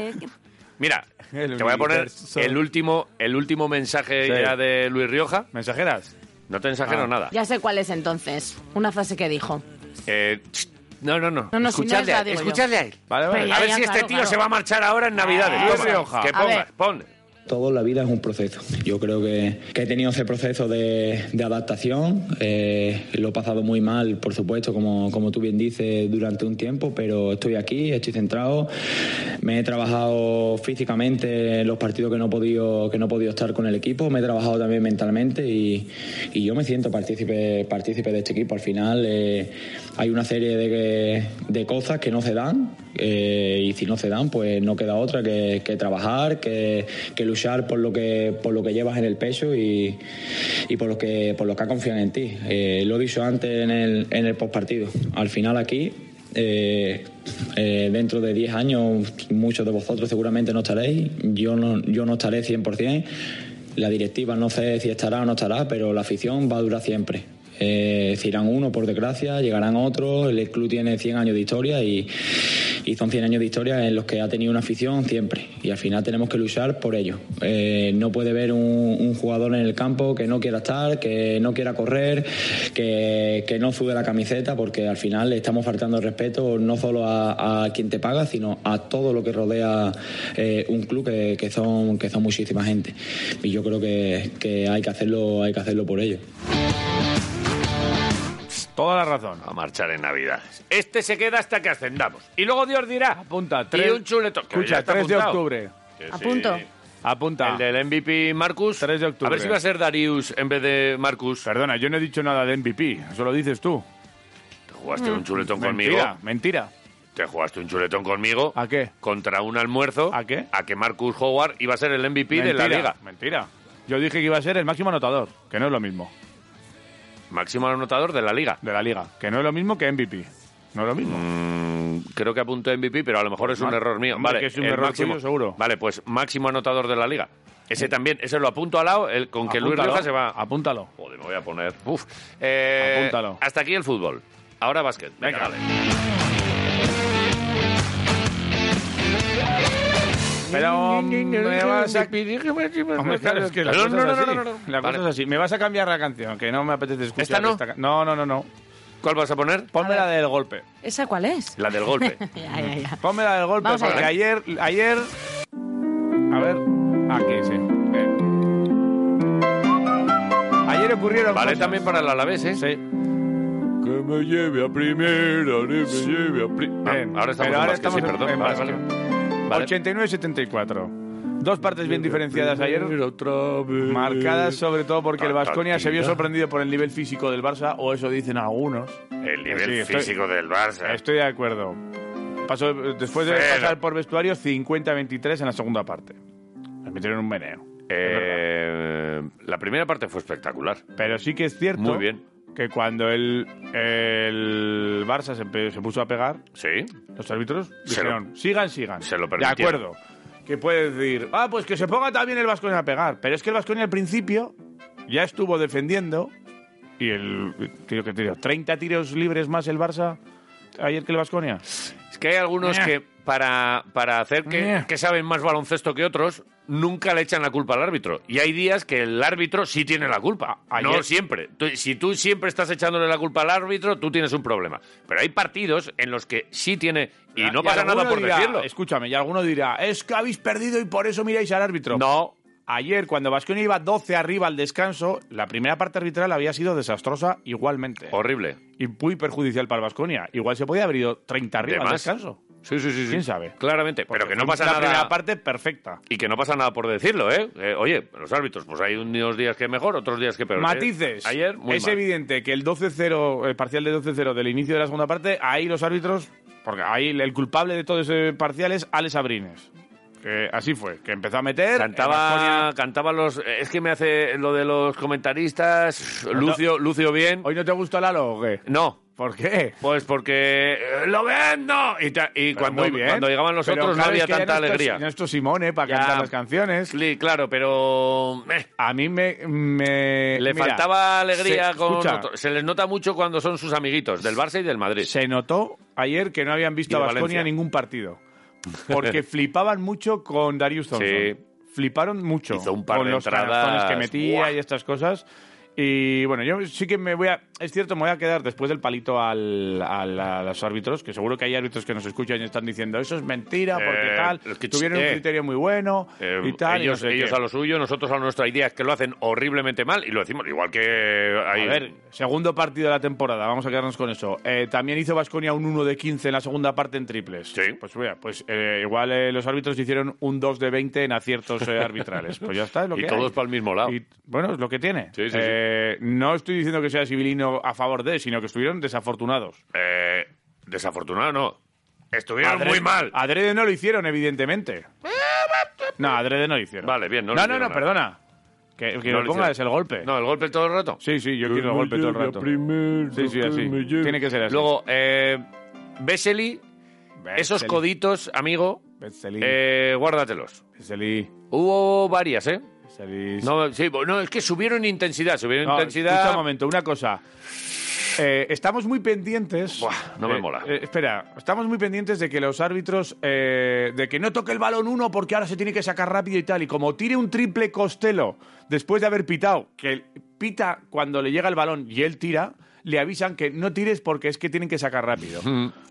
A: mira,
B: El
A: te voy a poner
B: universo.
A: el último, el último mensaje
B: Sí.
A: ya de Luis Rioja.
B: ¿Mensajeras?
A: No te exagero
B: Ah.
A: nada.
E: Ya sé cuál es entonces. Una frase que dijo.
A: Eh, ch- no, no, no.
E: No, no, si no
A: escuchadle,
E: es la
A: a él,
E: digo yo.
A: escuchadle a él.
B: Vale, vale.
E: Pero
A: a
E: Ya,
A: ver
E: ya,
A: si este
E: claro,
A: tío
E: claro.
A: se va a marchar ahora en Navidades.
B: Luis
A: Toma,
B: Rioja.
A: Que
E: A
A: pongas,
E: ver.
A: pon.
G: Todo la vida es un proceso. Yo creo que, que he tenido ese proceso de, de adaptación. eh, lo he pasado muy mal, por supuesto, como, como tú bien dices, durante un tiempo, pero estoy aquí, estoy centrado. Me he trabajado físicamente en los partidos que no he podido, que no he podido estar con el equipo. Me he trabajado también mentalmente y, y yo me siento partícipe, partícipe de este equipo. Al final eh, hay una serie de, de cosas que no se dan eh, y si no se dan, pues no queda otra que, que trabajar, que, que luchar por lo que, por lo que llevas en el pecho y, y por lo que, por lo que confían en ti. Eh, lo he dicho antes en el, en el postpartido. Al final aquí, eh, eh, dentro de 10 años, muchos de vosotros seguramente no estaréis. Yo no, yo no estaré 100%. La directiva no sé si estará o no estará, pero la afición va a durar siempre. Eh, se irán uno, por desgracia, llegarán otros. El club tiene 100 años de historia y, y son 100 años de historia en los que ha tenido una afición siempre. Y al final tenemos que luchar por ello. Eh, no puede haber un, un jugador en el campo que no quiera estar, que no quiera correr, que, que no sube la camiseta, porque al final le estamos faltando el respeto no solo a, a quien te paga, sino a todo lo que rodea eh, un club que, que, son, que son muchísima gente. Y yo creo que, que hay que hacerlo, hay que hacerlo por ello.
B: Toda la razón.
A: A marchar en Navidades. Este se queda hasta que ascendamos. Y luego Dios dirá.
B: Apunta,
A: Y
B: tres-
A: un chuleto. que ya
B: Escucha,
A: está
B: 3 de
A: apuntado.
B: octubre.
A: Que
E: A
A: sí.
E: punto.
B: Apunta.
A: El del MVP Marcus.
B: 3 de octubre.
A: A ver si va a ser Darius en vez de Marcus.
B: Perdona, yo no he dicho nada de MVP. Eso lo dices tú.
A: Te
E: Mm.
A: jugaste un chuletón
B: Mentira,
A: conmigo.
B: mentira.
A: Te jugaste un chuletón conmigo.
B: ¿A qué?
A: Contra un almuerzo.
B: ¿A qué?
A: A que Marcus Howard iba a ser el MVP de la
B: Mentira,
A: liga.
B: Mentira. Yo dije que iba a ser el máximo anotador, que no es lo mismo.
A: Máximo anotador de la liga.
B: De la liga, que no es lo mismo que MVP. No es lo mismo.
A: Mm, creo que apuntó MVP, pero a lo mejor es un
B: Mar-
A: error mío.
B: hombre,
A: vale,
B: que es un
A: el
B: error
A: máximo,
B: tuyo, seguro. Eh.
A: Vale, pues máximo anotador de la liga. Ese también, ese lo apunto al lado, el, con que Luis
B: Apúntalo,
A: Rioja se va.
B: Apúntalo.
A: Joder, me voy a poner. Uf. Eh,
B: Apúntalo.
A: Hasta aquí el fútbol. Ahora básquet.
B: Venga.
A: Venga, dale.
B: Pero me vas a... Hombre,
A: Hombre,
B: claro, es que la
A: no,
B: cosa
A: no, no,
B: es así.
A: no, no, no.
B: La cosa
A: Vale.
B: es así. Me vas a cambiar la canción, que no me apetece escuchar.
A: ¿Esta no?
B: ca- No, no, no, no.
A: ¿Cuál vas a poner?
B: Ponme la del golpe.
E: ¿Esa cuál es?
A: La del golpe.
E: Ya, ya, ya.
B: Ponme la del golpe,
E: Vamos
B: porque
E: allá.
B: ayer, ayer... A ver... Aquí, sí. Bien. Ayer ocurrieron
A: Vale
B: cosas.
A: también para el Alavés, ¿eh?
B: Sí. Que me lleve a primera, que me lleve a primera.
A: Ah, ahora estamos en básquet, sí, perdón. Vale, vale. Vale.
B: 89-74. Dos partes bien diferenciadas ayer, marcadas sobre todo porque el Vasconia se vio sorprendido por el nivel físico del Barça, o eso dicen algunos.
A: El
B: Sí,
A: nivel
B: estoy-
A: físico del Barça.
B: Estoy de acuerdo. Pasó, después de
A: Cero.
B: pasar por vestuario, 50-23 en la segunda parte. Les metieron un meneo.
A: Eh, la primera parte fue espectacular.
B: Pero sí que es cierto
A: Muy bien.
B: que cuando el, el Barça se empe- se puso a pegar,
A: Sí.
B: Los árbitros
A: Se lo-
B: dijeron, sigan, sigan.
A: se lo
B: De
A: permitieron.
B: acuerdo. Que puede decir, ah, pues que se ponga también el Vasconia a pegar. Pero es que el Vasconia al principio ya estuvo defendiendo y el creo que tiró 30 tiros libres más el Barça ayer que el Vasconia.
A: Es que hay algunos
B: Meh.
A: que para, para hacer que,
B: Meh.
A: que saben más baloncesto que otros, nunca le echan la culpa al árbitro. Y hay días que el árbitro sí tiene la culpa.
B: A- ayer-
A: No siempre. Tú- si tú siempre estás echándole la culpa al árbitro, tú tienes un problema. Pero hay partidos en los que sí tiene... Y no pasa nada
B: alguno
A: por
B: dirá,
A: decirlo.
B: Escúchame, y alguno dirá, es que habéis perdido y por eso miráis al árbitro.
A: No.
B: Ayer, cuando Vasconia iba 12 arriba al descanso, la primera parte arbitral había sido desastrosa igualmente.
A: Horrible.
B: y muy perjudicial para el Vasconia. Igual se podía haber ido 30
A: ¿De
B: arriba al
A: más?
B: descanso.
A: Sí, sí, sí. sí.
B: ¿Quién sabe?
A: Claramente. Pero
B: Porque
A: que no
B: fue
A: pasa
B: la
A: nada...
B: primera parte perfecta.
A: Y que no pasa nada por decirlo, ¿eh? Eh, Oye, los árbitros, pues hay unos días que mejor, otros días que peor. ¿eh?
B: Matices.
A: Ayer, muy
B: es
A: mal.
B: evidente que el 12-0, el parcial de 12-0 del inicio de la segunda parte, ahí los árbitros, porque ahí el culpable de todo ese parcial es Alex Abrines. Que así fue, que empezó a meter. el
A: Cantaba,
B: Baskonia-
A: cantaba los. eh, Es que me hace lo de los comentaristas. Lucio, Lucio bien.
B: eh, ¿Hoy no te gustó Lalo o qué?
A: No,
B: ¿Por qué?
A: pues porque eh, lo vendo. Y, ta- y
B: Pero
A: cuando,
B: muy bien.
A: cuando llegaban los
B: Pero
A: otros no
B: claro,
A: había
B: es que ya
A: tanta
B: no está-
A: alegría.
B: No está Simone para
A: Ya.
B: cantar las canciones.
A: Sí, claro, pero eh,
B: A mí me. me-
A: le
B: Eh, mira,
A: faltaba alegría
B: se-
A: con.
B: escucha,
A: otro- Se les nota mucho cuando son sus amiguitos del Barça y del Madrid.
B: se notó ayer que no habían visto
A: Y
B: a
A: de
B: Baskonia
A: Valencia.
B: ningún partido. Porque flipaban mucho con Darius Thompson.
A: Sí.
B: Fliparon mucho.
A: Hizo un par
B: con
A: de
B: los
A: entradas.
B: canastones que metía
A: ¡Buah!
B: y estas cosas. Y bueno, yo sí que me voy a. Es cierto, me voy a quedar después del palito al, al- a los árbitros, que seguro que hay árbitros que nos escuchan y están diciendo eso es mentira, porque
A: Eh,
B: tal.
A: es que-
B: tuvieron
A: eh.
B: un criterio muy bueno
A: Eh,
B: y tal. y
A: ellos
B: no sé
A: ellos
B: qué".
A: a lo suyo, nosotros a nuestra idea es que lo hacen horriblemente mal y lo decimos igual que
B: A
A: hay-
B: ver, segundo partido de la temporada, vamos a quedarnos con eso. Eh, también hizo Vasconia un 1 de 15 en la segunda parte en triples.
A: Sí.
B: Pues mira, pues eh, igual eh, los árbitros hicieron un 2 de 20 en aciertos eh, arbitrales. Pues ya está, es lo
A: Y
B: que
A: todos
B: hay.
A: para el mismo lado.
B: Y, bueno, es lo que tiene.
A: Sí, sí, sí.
B: Eh, No estoy diciendo que sea civilino a favor de, sino que estuvieron desafortunados.
A: Eh, desafortunado no. Estuvieron
B: Adrede-
A: muy mal.
B: Adrede no lo hicieron, evidentemente. No, Adrede no lo hicieron.
A: Vale, bien, no lo
B: No, no, no,
A: hicieron nada.
B: perdona. Que, que
A: No
B: lo
A: lo
B: pongas
A: hicieron.
B: el golpe.
A: No, el golpe todo el rato.
B: Sí, sí, yo quiero el golpe todo el rato. Sí, sí, así. Tiene que ser así.
A: Luego, eh, Vesely,
B: Vesely.
A: esos coditos, amigo,
B: Vesely.
A: eh, guárdatelos.
B: Vesely.
A: Hubo varias, ¿eh?
B: Salís-
A: No, sí, no, es que subieron intensidad, subieron
B: No, escucha
A: intensidad.
B: un momento, una cosa. Eh, estamos muy pendientes.
A: Buah, no me
B: Eh,
A: mola.
B: eh, espera, estamos muy pendientes de que los árbitros. eh, de que no toque el balón uno porque ahora se tiene que sacar rápido y tal. Y como tire un triple costelo después de haber pitado, que pita cuando le llega el balón y él tira, le avisan que no tires porque es que tienen que sacar rápido.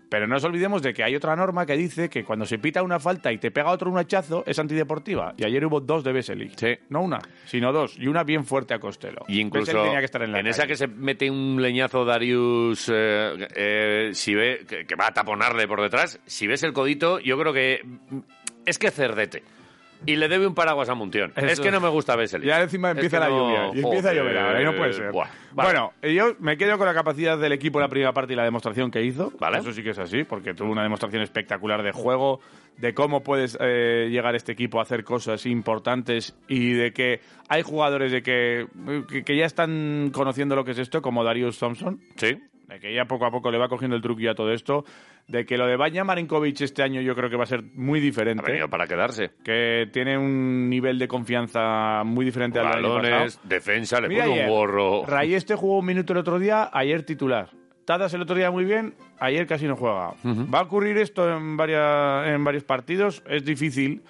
B: Pero no nos olvidemos de que hay otra norma que dice que cuando se pita una falta y te pega otro un hachazo, es antideportiva. Y ayer hubo dos de Vesely.
A: Sí.
B: No una, sino dos. Y una bien fuerte a Costello.
A: Y incluso
B: Vesely tenía que estar en, la
A: esa
B: calle.
A: que se mete un leñazo Darius, eh, eh, si ve que, que va a taponarle por detrás, si ves el codito, yo creo que mm, es que cerdete. Y le debe un paraguas a Muntión. Es
B: Eso.
A: que no me gusta Vesely.
B: Ya encima
A: Es que
B: empieza la
A: no-
B: lluvia. Y empieza a
A: Joder,
B: llover ahora, y no puede ser.
A: buah, vale.
B: Bueno, yo me quedo con la capacidad del equipo en la primera parte y la demostración que hizo.
A: Vale.
B: Eso sí que es así, porque tuvo una demostración espectacular de juego, de cómo puedes eh, llegar este equipo a hacer cosas importantes y de que hay jugadores de que, que, que ya están conociendo lo que es esto, como Darius Thompson,
A: Sí.
B: de que ya poco a poco le va cogiendo el truquillo a todo esto, de que lo de Vanya Marinkovic este año yo creo que va a ser muy diferente
A: Ha venido para quedarse.
B: que tiene un nivel de confianza muy diferente al del año
A: Balones,
B: pasado.
A: defensa, le
B: Mira
A: pone un
B: ayer,
A: gorro.
B: Rayeste jugó un minuto el otro día, ayer titular. Tadas el otro día muy bien, ayer casi no juega. Va a ocurrir esto en, varias, en varios partidos, es difícil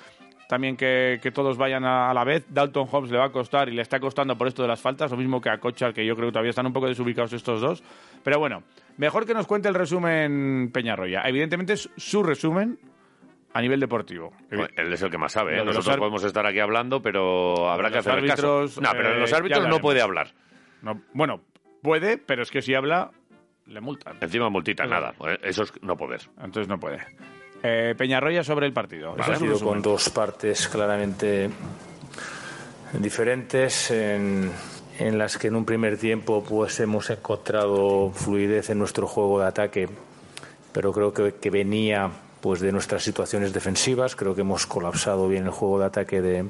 B: también que, que todos vayan a, a la vez. Dalton Hobbs le va a costar y le está costando por esto de las faltas, lo mismo que a Cochar, que yo creo que todavía están un poco desubicados estos dos. Pero bueno, mejor que nos cuente el resumen Peñarroya. Evidentemente es su resumen a nivel deportivo.
A: Bueno, Él es el que más sabe. ¿eh?
B: Lo de los
A: Nosotros
B: ar-
A: podemos estar aquí hablando, pero habrá
B: Los
A: que hacer el
B: árbitros,
A: caso. No, pero
B: eh,
A: los
B: ya
A: árbitros no
B: hablaremos.
A: puede hablar.
B: No, bueno, puede, pero es que si habla, le multan.
A: Encima multita,
B: Eso
A: nada. Eh, Eso es no poder.
B: Entonces no puede. Eh, Peñarroya sobre el partido. Ese es su
I: partido
B: resumen.
I: con dos partes claramente diferentes en, en las que en un primer tiempo pues hemos encontrado fluidez en nuestro juego de ataque pero creo que, que venía pues de nuestras situaciones defensivas creo que hemos colapsado bien el juego de ataque de,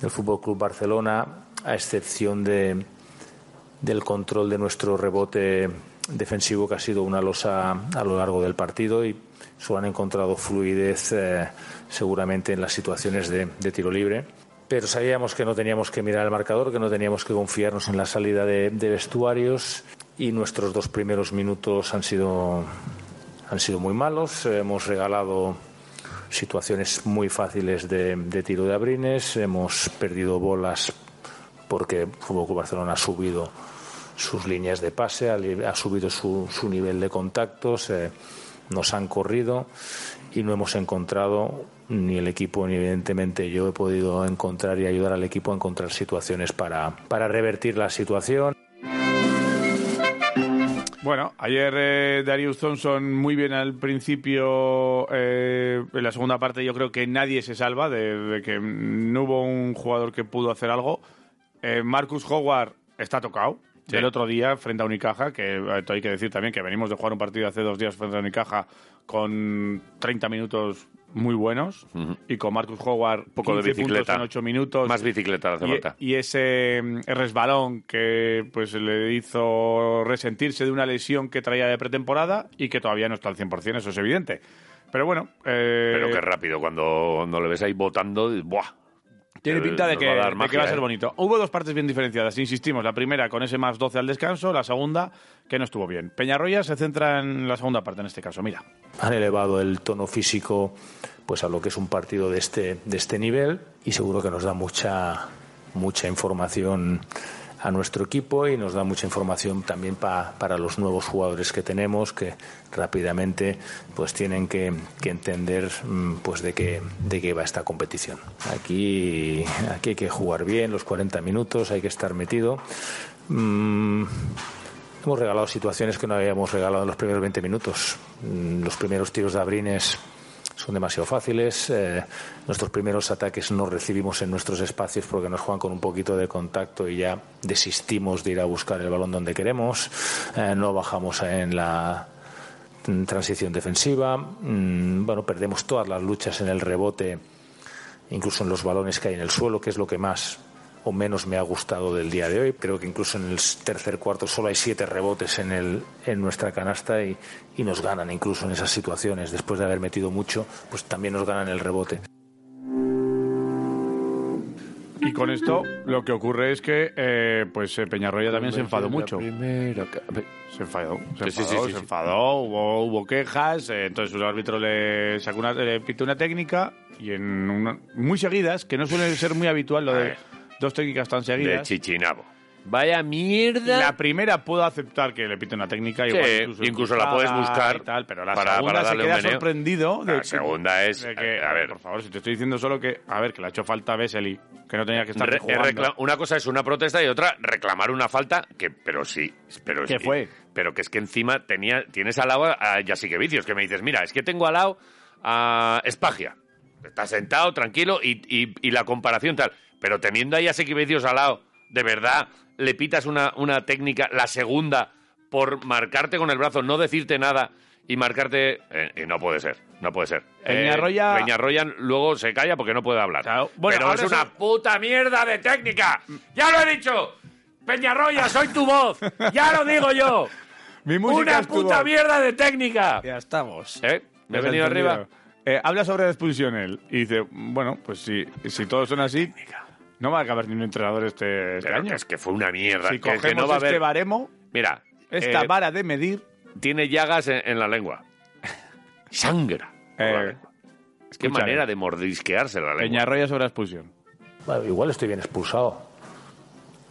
I: del Fútbol Club Barcelona a excepción de del control de nuestro rebote defensivo que ha sido una losa a lo largo del partido y solo han encontrado fluidez eh, seguramente en las situaciones de, de tiro libre. Pero sabíamos que no teníamos que mirar el marcador, que no teníamos que confiarnos en la salida de, de vestuarios y nuestros dos primeros minutos han sido, han sido muy malos. Hemos regalado situaciones muy fáciles de, de tiro de abrines, hemos perdido bolas porque el Fútbol Club Barcelona ha subido sus líneas de pase, ha, li- ha subido su, su nivel de contactos, eh, nos han corrido y no hemos encontrado ni el equipo, ni evidentemente yo he podido encontrar y ayudar al equipo a encontrar situaciones para, para revertir la situación.
B: Bueno, ayer eh, Darius Thompson muy bien al principio. eh, en la segunda parte yo creo que nadie se salva de, de que no hubo un jugador que pudo hacer algo. Eh, Marcus Howard está tocado. Del otro día frente a Unicaja, que eh, hay que decir también que venimos de jugar un partido hace dos días frente a Unicaja con 30 minutos muy buenos y con Marcus Howard
A: poco de
B: 15 puntos
A: bicicleta.
B: en 8 minutos.
A: Más bicicleta hace
B: Y, e,
A: falta.
B: y ese mm, resbalón que pues le hizo resentirse de una lesión que traía de pretemporada y que todavía no está al 100%, eso es evidente. Pero bueno, eh,
A: Pero qué rápido, cuando, cuando le ves ahí votando, y- ¡buah!
B: tiene
A: eh,
B: pinta de
A: nos
B: que,
A: va a dar
B: de que
A: magia,
B: va a ser
A: ¿eh?
B: bonito. Hubo dos partes bien diferenciadas, insistimos. La primera con ese más 12 al descanso, la segunda que no estuvo bien. Peñarroya se centra en la segunda parte en este caso, mira.
I: han elevado el tono físico pues a lo que es un partido de este de este nivel y seguro que nos da mucha mucha información a nuestro equipo y nos da mucha información también pa- para los nuevos jugadores que tenemos que rápidamente pues tienen que, que entender mm, pues de qué de qué va esta competición aquí aquí hay que jugar bien los 40 minutos hay que estar metido Mm, Hemos regalado situaciones que no habíamos regalado en los primeros 20 minutos. Mm, Los primeros tiros de Abrines son demasiado fáciles. eh, nuestros primeros ataques no recibimos en nuestros espacios porque nos juegan con un poquito de contacto y ya desistimos de ir a buscar el balón donde queremos. eh, no bajamos en la mm, transición defensiva. Mm, bueno, perdemos todas las luchas en el rebote incluso en los balones que hay en el suelo, que es lo que más o menos me ha gustado del día de hoy. Creo que incluso en el tercer cuarto solo hay siete rebotes en, el, en nuestra canasta y, y nos ganan incluso en esas situaciones. Después de haber metido mucho, pues también nos ganan el rebote.
B: Y con esto lo que ocurre es que eh, pues eh, Peñarroya también se enfadó mucho. Se enfadó, se enfadó,
A: Sí, sí, sí, sí,
B: se
A: sí.
B: enfadó, hubo, hubo quejas, eh, entonces un árbitro le sacó una, le pitó una técnica y en una- muy seguidas, que no suele ser muy habitual lo de dos técnicas tan
A: De
B: seguidas.
A: Chichinabo. Vaya mierda.
B: La primera puedo aceptar que le pite una técnica,
A: Sí,
B: igual
A: incluso la
B: cruzada
A: puedes buscar
B: y tal, pero la
A: para-
B: segunda
A: para
B: se
A: darle un
B: queda
A: meneo.
B: sorprendido. de
A: La
B: que-
A: segunda es,
B: de que-
A: a ver.
B: por favor, si te estoy diciendo solo que, a ver, que le ha hecho falta a Vesely, que no tenía que estar
A: Re-
B: jugando.
A: recla- una cosa es una protesta y otra reclamar una falta que pero sí pero
B: ¿Qué
A: sí,
B: fue?
A: pero que es que encima tenía tienes al lado a Yasique Vicios que me dices mira es que tengo al lado a Espagia está sentado tranquilo y, y- y la comparación tal pero teniendo a Yasique Vicios al lado de verdad le pitas una, una técnica la segunda por marcarte con el brazo no decirte nada y marcarte eh, y no puede ser no puede ser
B: Peñarroya-
A: Eh, Peñarroya luego se calla porque no puede hablar
B: Claro. Bueno,
A: pero
B: ahora
A: es una
B: eso-
A: puta mierda de técnica. Ya lo he dicho. Peñarroya, soy tu voz. Ya lo digo yo.
B: Mi música
A: Una
B: estuvo-
A: puta mierda de técnica.
B: Ya estamos.
A: ¿Eh? ¿Me he venido
B: Entendido.
A: arriba?
B: Eh, habla sobre la expulsión él y dice, bueno, pues si, si todos son así, no va a acabar ni un entrenador este, este
A: Pero
B: año.
A: que es que fue una mierda.
B: si
A: que es
B: cogemos
A: que no va a
B: este
A: haber...
B: baremo,
A: Mira,
B: esta
A: eh,
B: vara de medir,
A: tiene llagas en, en la lengua. Sangra. por la
B: Eh,
A: lengua. Qué
B: escúchame.
A: manera de mordisquearse la lengua.
B: Peñarroya sobre la expulsión.
I: Bueno, igual estoy bien expulsado.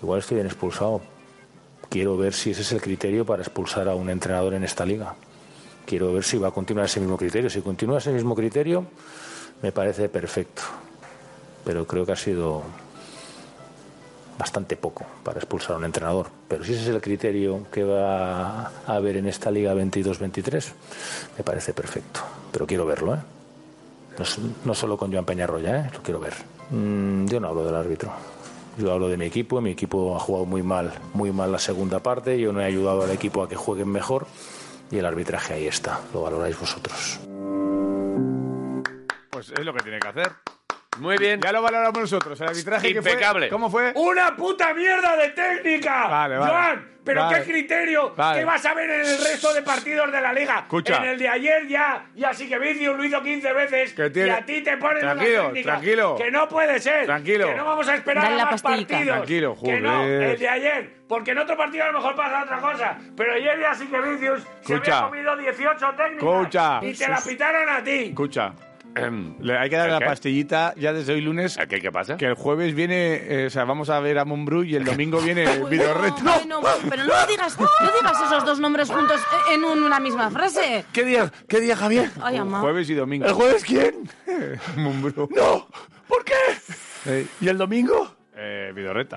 I: Igual estoy bien expulsado. Quiero ver si ese es el criterio para expulsar a un entrenador en esta liga. Quiero ver si va a continuar ese mismo criterio. Si continúa ese mismo criterio, me parece perfecto. Pero creo que ha sido bastante poco para expulsar a un entrenador. Pero si ese es el criterio que va a haber en esta liga 22-23, me parece perfecto. Pero quiero verlo, ¿eh? No, s- Pues no solo con Joan Peñarroya, ¿eh? lo quiero ver. Mm, yo no hablo del árbitro. Yo hablo de mi equipo. Mi equipo ha jugado muy mal, muy mal la segunda parte. Yo no he ayudado al equipo a que jueguen mejor. Y el arbitraje ahí está. Lo valoráis vosotros.
B: Pues es lo que tiene que hacer.
A: Muy bien.
B: Ya lo valoramos nosotros, el arbitraje que fue-
A: Impecable. Uh.
B: ¿Cómo fue?
A: ¡Una puta mierda de técnica!
B: Vale, vale.
A: Joan, pero
B: Vale.
A: qué criterio
B: Vale.
A: que vas a ver en el resto de partidos de la liga.
B: Escucha.
A: En el de ayer ya, y así que Vicius lo hizo 15 veces.
B: Que tiene-
A: Y a ti te ponen
B: Tranquilo,
A: una técnica.
B: tranquilo.
A: Que no puede ser.
B: Tranquilo.
A: Que no vamos a esperar
E: Dale
A: a
E: la
A: más
E: pastillita.
A: partidos.
B: Tranquilo,
A: Que no,
B: joder.
A: el de ayer. Porque en otro partido a lo mejor pasa otra cosa. Pero ayer ya sí que Vicius se
B: Escucha.
A: había comido 18 técnicas.
B: Escucha.
A: Y te la pitaron a ti.
B: Escucha, le hay que darle
A: Em. ¿El
B: la
A: qué?
B: pastillita ya desde hoy lunes,
A: ¿Qué, qué pasa?
B: que el jueves viene, eh, o sea, vamos a ver a Monbru y el domingo viene el
E: Bueno,
B: videorreto.
E: bueno, pero no digas, no digas esos dos nombres juntos en un- una misma frase.
A: ¿Qué día, qué día Javier?
E: Ay, ama.
B: Jueves y domingo.
A: jueves quién?
B: Mumbrú.
A: ¡No! ¿Por qué?
B: Ey.
A: ¿Y el domingo? ¡Oh!
B: Eh, Vidorreta.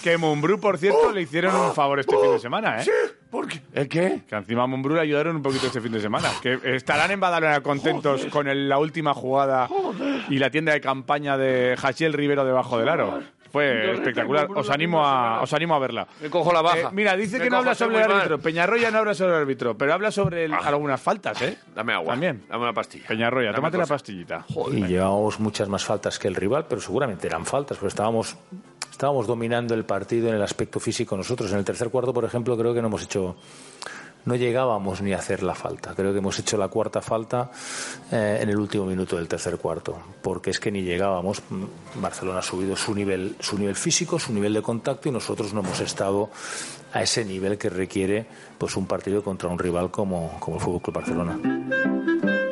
B: Que Mumbrú, por cierto, le hicieron un favor este fin de semana, ¿eh?
A: ¿Por qué? ¿El qué?
B: Que encima a Mumbrú le ayudaron un poquito este fin de semana. Que estarán en Badalona contentos con el- la última jugada y la tienda de campaña de Jachiel Rivero debajo del aro. Fue espectacular. Os animo a, os animo a verla.
A: Me cojo la baja.
B: Eh, mira, dice
A: Me
B: que no
A: cojo,
B: habla
A: estoy
B: sobre
A: muy
B: el
A: mal.
B: árbitro. Peñarroya no habla sobre el árbitro, pero habla sobre el-
A: Ah.
B: algunas faltas, ¿eh?
A: Dame agua.
B: También.
A: Dame una pastilla.
B: Peñarroya,
A: Dame
B: tómate la
A: cosa.
B: pastillita.
I: Y llevábamos muchas más faltas que el rival, pero seguramente eran faltas, porque estábamos, estábamos dominando el partido en el aspecto físico nosotros. En el tercer cuarto, por ejemplo, creo que no hemos hecho. No llegábamos ni a hacer la falta. Creo que hemos hecho la cuarta falta eh, en el último minuto del tercer cuarto, porque es que ni llegábamos. Mm, Barcelona ha subido su nivel, su nivel físico, su nivel de contacto y nosotros no hemos estado a ese nivel que requiere pues un partido contra un rival como, como el Fútbol Club Barcelona.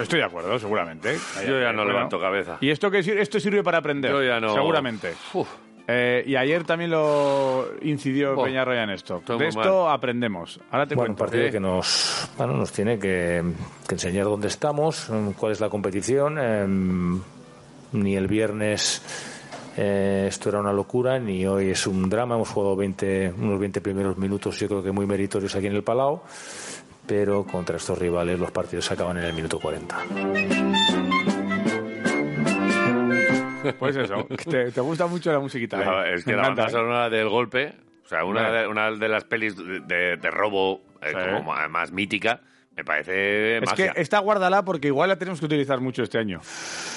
B: Estoy de acuerdo, seguramente.
A: Yo ya no
B: Bueno.
A: levanto cabeza.
B: Y esto que sir- esto sirve para aprender.
A: Yo ya no-
B: Seguramente.
A: Uf.
B: Eh, y ayer también lo incidió
A: Buah.
B: Peñarroya en esto.
A: Estoy
B: de
A: muy
B: esto aprendemos. Ahora te
I: Bueno, un
B: cuento.
I: partido
A: ¿eh?
I: que nos, bueno, nos tiene que, que enseñar dónde estamos, mm, cuál es la competición. em, ni el viernes eh, esto era una locura, ni hoy es un drama. Hemos jugado 20, unos 20 primeros minutos, yo creo que muy meritorios aquí en el Palau, pero contra estos rivales los partidos se acaban en el minuto 40.
B: Pues eso. te, te gusta mucho la musiquita.
A: La-
B: eh.
A: es que
B: Me
A: la
B: encanta,
A: banda
B: eh.
A: sonora del golpe, o sea, una
B: Vale.
A: de, una de las pelis de, de- de robo eh,
B: Sí.
A: como ma- más mítica, Me parece
B: Es que
A: magia.
B: esta guárdala porque igual la tenemos que utilizar mucho este año.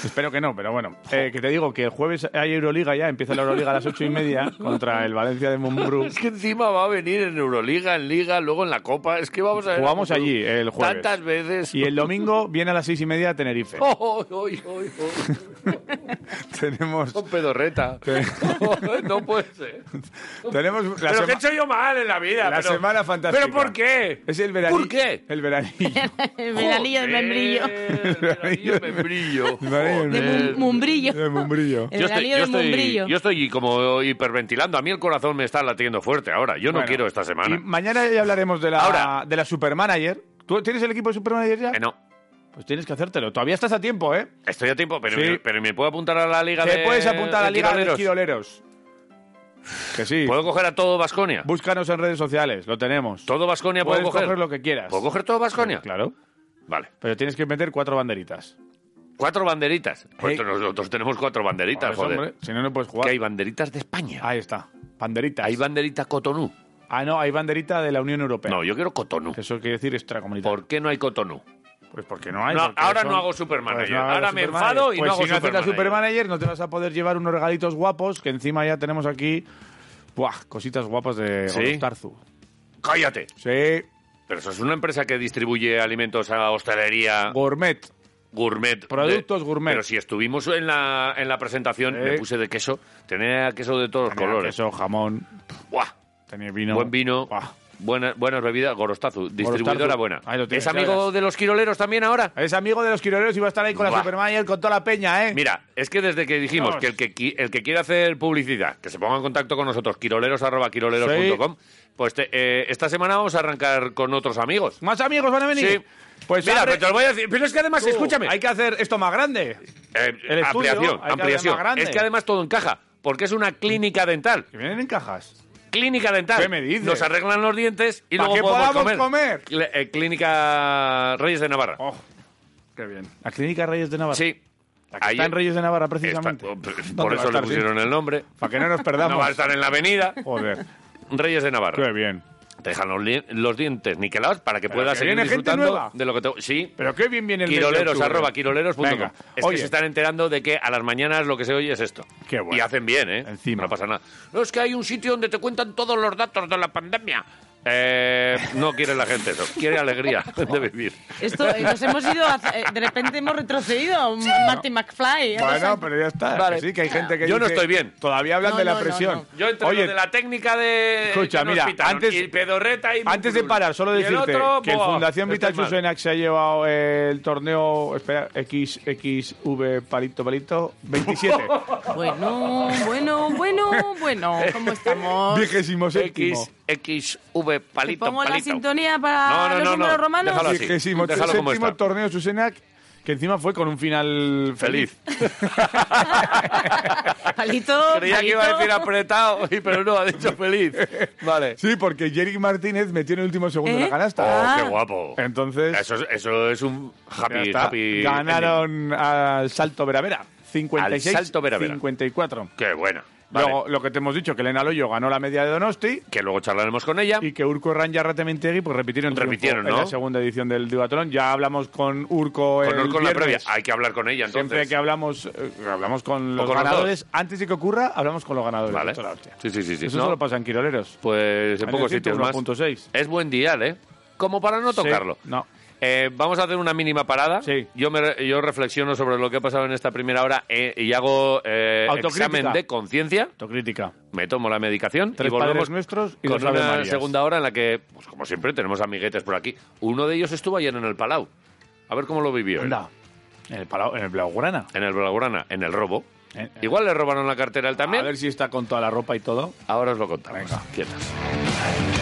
B: Espero que no, pero bueno. Eh, que te digo que el jueves hay Euroliga ya, empieza la Euroliga a las ocho y media contra el Valencia de Mumbrú.
A: Es que encima va a venir en Euroliga, en Liga, luego en la Copa. Es que vamos a ver.
B: Jugamos allí el jueves.
A: Tantas veces.
B: Y el domingo viene a las seis y media a Tenerife.
A: ¡Oh, oh, oh, oh, oh!
B: Tenemos,
A: Con pedorreta. no puede ser.
B: tenemos la,
A: pero
B: sema-
A: que he hecho yo mal en la vida.
B: la
A: pero-
B: semana fantástica.
A: ¿Pero por qué?
B: Es el veranillo.
A: ¿Por qué?
B: El veranillo.
E: El veranillo del membrillo.
A: El veranillo de membrillo.
B: El veranillo
E: De
B: del
A: Joder.
E: mum- mumbrillo.
B: De Mumbrillo.
E: El veranillo del mumbrillo.
A: eh, yo estoy como hiperventilando. A mí el corazón me está latiendo fuerte ahora. Yo no
B: Bueno,
A: quiero esta semana.
B: Y mañana ya hablaremos de la,
A: Ahora.
B: de la Supermanager. ¿Tú tienes el equipo de Supermanager ya?
A: Eh, no,
B: Pues tienes que hacértelo. Todavía estás a tiempo, ¿eh?
A: estoy a tiempo, pero,
B: Sí.
A: me, pero me puedo apuntar a la liga
B: Te
A: de.
B: puedes apuntar a la
A: de
B: Liga de los
A: tiroleros?
B: Quiroleros. Que sí.
A: ¿Puedo coger a todo Basconia?
B: Búscanos en redes sociales, lo tenemos.
A: ¿Todo Basconia puedo
B: Puedes
A: coger?
B: coger lo que quieras.
A: ¿Puedo coger todo Basconia?
B: Claro.
A: Vale.
B: Pero tienes que meter cuatro banderitas.
A: Cuatro banderitas. Pues
B: Eh.
A: nosotros tenemos cuatro
B: Por
A: banderitas,
B: eso,
A: joder.
B: hombre, si no, no puedes
A: Que
B: jugar.
A: hay banderitas de España.
B: Ahí está. Banderitas.
A: Hay banderita Cotonú.
B: Ah, no, hay banderita de la Unión Europea.
A: No, yo quiero Cotonú.
B: Que Eso quiere decir extracomunitario.
A: ¿Por qué no hay Cotonú?
B: Pues porque no hay.
A: No,
B: porque
A: ahora
B: son- pues
A: no hago Supermanager.
B: no hago
A: Ahora me
B: Supermanager.
A: enfado y
B: Pues
A: no hago
B: si no haces la
A: Supermanager.
B: Supermanager no te vas a poder llevar unos regalitos guapos que encima ya tenemos aquí. Buah, cositas guapas de
A: ¿Sí?
B: Tarzu.
A: ¡Cállate!
B: Sí,
A: Pero eso es una empresa que distribuye alimentos a hostelería,
B: gourmet.
A: gourmet. de-
B: Productos gourmet.
A: Pero si estuvimos en la, en la presentación,
B: Sí.
A: me puse de queso. Tenía queso de todos los
B: Tenía
A: colores.
B: Queso, jamón,
A: Buah,
B: tenía vino.
A: Buen vino.
B: Buah.
A: Buenas, buenas bebidas. Gorostazu, distribuidora buena.
B: Ahí lo tienes,
A: ¿Es
B: ya
A: amigo
B: verás.
A: de los quiroleros también ahora?
B: Es amigo de los quiroleros y va a estar ahí con la
A: Buah.
B: Supermanager, con toda la peña, ¿eh?
A: Mira, es que desde que dijimos
B: Vamos.
A: que el que, qui- el que quiere hacer publicidad, que se ponga en contacto con nosotros, quiroleros arroba quiroleros.com, pues te- eh, esta semana vamos a arrancar con otros amigos.
B: ¿Más amigos van a venir?
A: Sí.
B: Pues
A: Mira,
B: abre-
A: pero te lo voy a decir. Pero es que además,
B: Tú,
A: escúchame.
B: Hay que hacer esto más grande.
A: Eh,
B: el estudio, hay
A: ampliación,
B: que
A: ampliación.
B: hacer más grande.
A: Es que además todo encaja, porque es una clínica dental.
B: Que vienen en cajas.
A: Clínica dental.
B: ¿Qué me dices?
A: Nos arreglan los dientes y
B: ¿Pa'
A: luego
B: qué
A: podemos
B: podamos comer?
A: Cl- eh, Clínica Reyes de Navarra.
B: Oh, qué bien. La clínica Reyes de Navarra.
A: Sí.
B: La que
A: Ahí-
B: está en Reyes de Navarra,
A: está- oh,
B: precisamente. ¿Dónde
A: por
B: va a
A: eso le
B: estar, sí?
A: pusieron el nombre.
B: Para que no nos
A: No va a
B: perdamos.
A: estar en la avenida.
B: Joder,
A: Reyes de Navarra.
B: qué bien.
A: Te dejan los, li- los dientes niquelados para que
B: Pero
A: puedas
B: que
A: seguir
B: viene gente
A: disfrutando
B: nueva.
A: de lo que te... Sí.
B: Pero qué bien viene el mes de
A: Quiroleros,
B: octubre.
A: arroba quiroleros.com.
B: Venga,
A: Es
B: oye,
A: que se están enterando de que a las mañanas lo que se oye es esto.
B: Qué bueno.
A: Y hacen bien, ¿eh?
B: Encima.
A: No pasa nada. No, es que hay un sitio donde te cuentan todos los datos de la pandemia. Eh, no quiere la gente eso. Quiere alegría de vivir.
E: Esto, eh, nos hemos ido, a- eh, de repente hemos retrocedido. Marty McFly. ya
B: Bueno,
E: nos han-
B: pero ya está.
A: Vale.
B: Que sí, que hay gente que
A: Yo no
B: dice-
A: estoy bien.
B: Todavía hablan
E: No,
B: de la
E: no, no,
B: presión.
E: no.
A: Yo entre
B: Oye,
A: lo de la técnica de.
B: Escucha,
A: que nos
B: mira,
A: pitaron,
B: antes-
A: y pedorreta y.
B: antes de parar, solo
A: Y el
B: decirte
A: otro,
B: que el
A: buah,
B: Fundación
A: estoy
B: Vital
A: mal.
B: Susenac se ha llevado el torneo espera, XXV palito palito 27.
E: Bueno, bueno, bueno, bueno. ¿Cómo estamos?
B: Vigésimo séptimo.
A: X, X, V,
E: Te
A: palito,
E: pongo la
A: palito.
E: sintonía para
A: No, no,
E: los
A: no,
E: números
A: no.
E: romanos.
A: Déjalo así.
B: Vigésimo
A: Déjalo como
B: séptimo
A: está.
B: torneo Susenac que encima fue con un final feliz.
A: Feliz.
E: Palito,
A: Creía que iba a
E: palito.
A: decir apretado, y- pero no, ha dicho feliz. Vale.
B: Sí, porque Jerry Martínez metió en el último segundo
E: ¿Eh?
B: la canasta.
A: Oh,
E: Ah.
A: qué guapo.
B: Entonces,
A: Eso, es- eso es un
B: ya
A: happy,
B: está.
A: happy. ending.
B: ganaron al salto Veravera. 56
A: Al Salto Vera Vera.
B: 54.
A: Qué buena. Vale.
B: Luego, lo que te hemos dicho, que Elena Loyo ganó la media de Donosti
A: que luego charlaremos con ella.
B: y que Urco Herrán y Arratementegui pues, repitieron, triunfo
A: Repitieron,
B: en
A: ¿no?
B: la segunda edición del Duatlón. Ya hablamos con Urco
A: con
B: el
A: Urco en la previa.
B: viernes.
A: Hay que hablar con ella, entonces.
B: Siempre que hablamos, eh, hablamos con los
A: con los
B: ganadores. Antes de que ocurra, hablamos con los ganadores.
A: Vale.
B: Esto es la hostia.
A: Sí, sí, sí, sí.
B: Eso
A: No.
B: solo pasa en Quiroleros.
A: Pues en
B: En
A: pocos
B: el
A: sitios más.
B: 101.6.
A: Es buen dial, ¿eh? Como para no
B: Sí,
A: tocarlo.
B: no.
A: Eh, vamos a hacer una mínima parada.
B: Sí.
A: Yo, me, re- yo reflexiono sobre lo que ha pasado en esta primera hora eh, y hago eh,
B: Autocrítica.
A: examen de conciencia.
B: Autocrítica.
A: me tomo la medicación
B: Tres
A: y volvemos
B: Padres Nuestros y
A: con
B: dos Ave
A: una
B: Marías.
A: segunda hora en la que, pues como siempre, tenemos amiguetes por aquí. Uno de ellos estuvo ayer en el Palau. A ver cómo lo vivió. él.
B: Anda. En el, Palau- en el Blaugrana.
A: En el Blaugrana, en el robo.
B: Eh, eh.
A: Igual le robaron la cartera a él
B: A
A: también.
B: ver si está con toda la ropa y todo.
A: Ahora os lo contamos.
B: Venga.
A: Quietas.
B: Ay,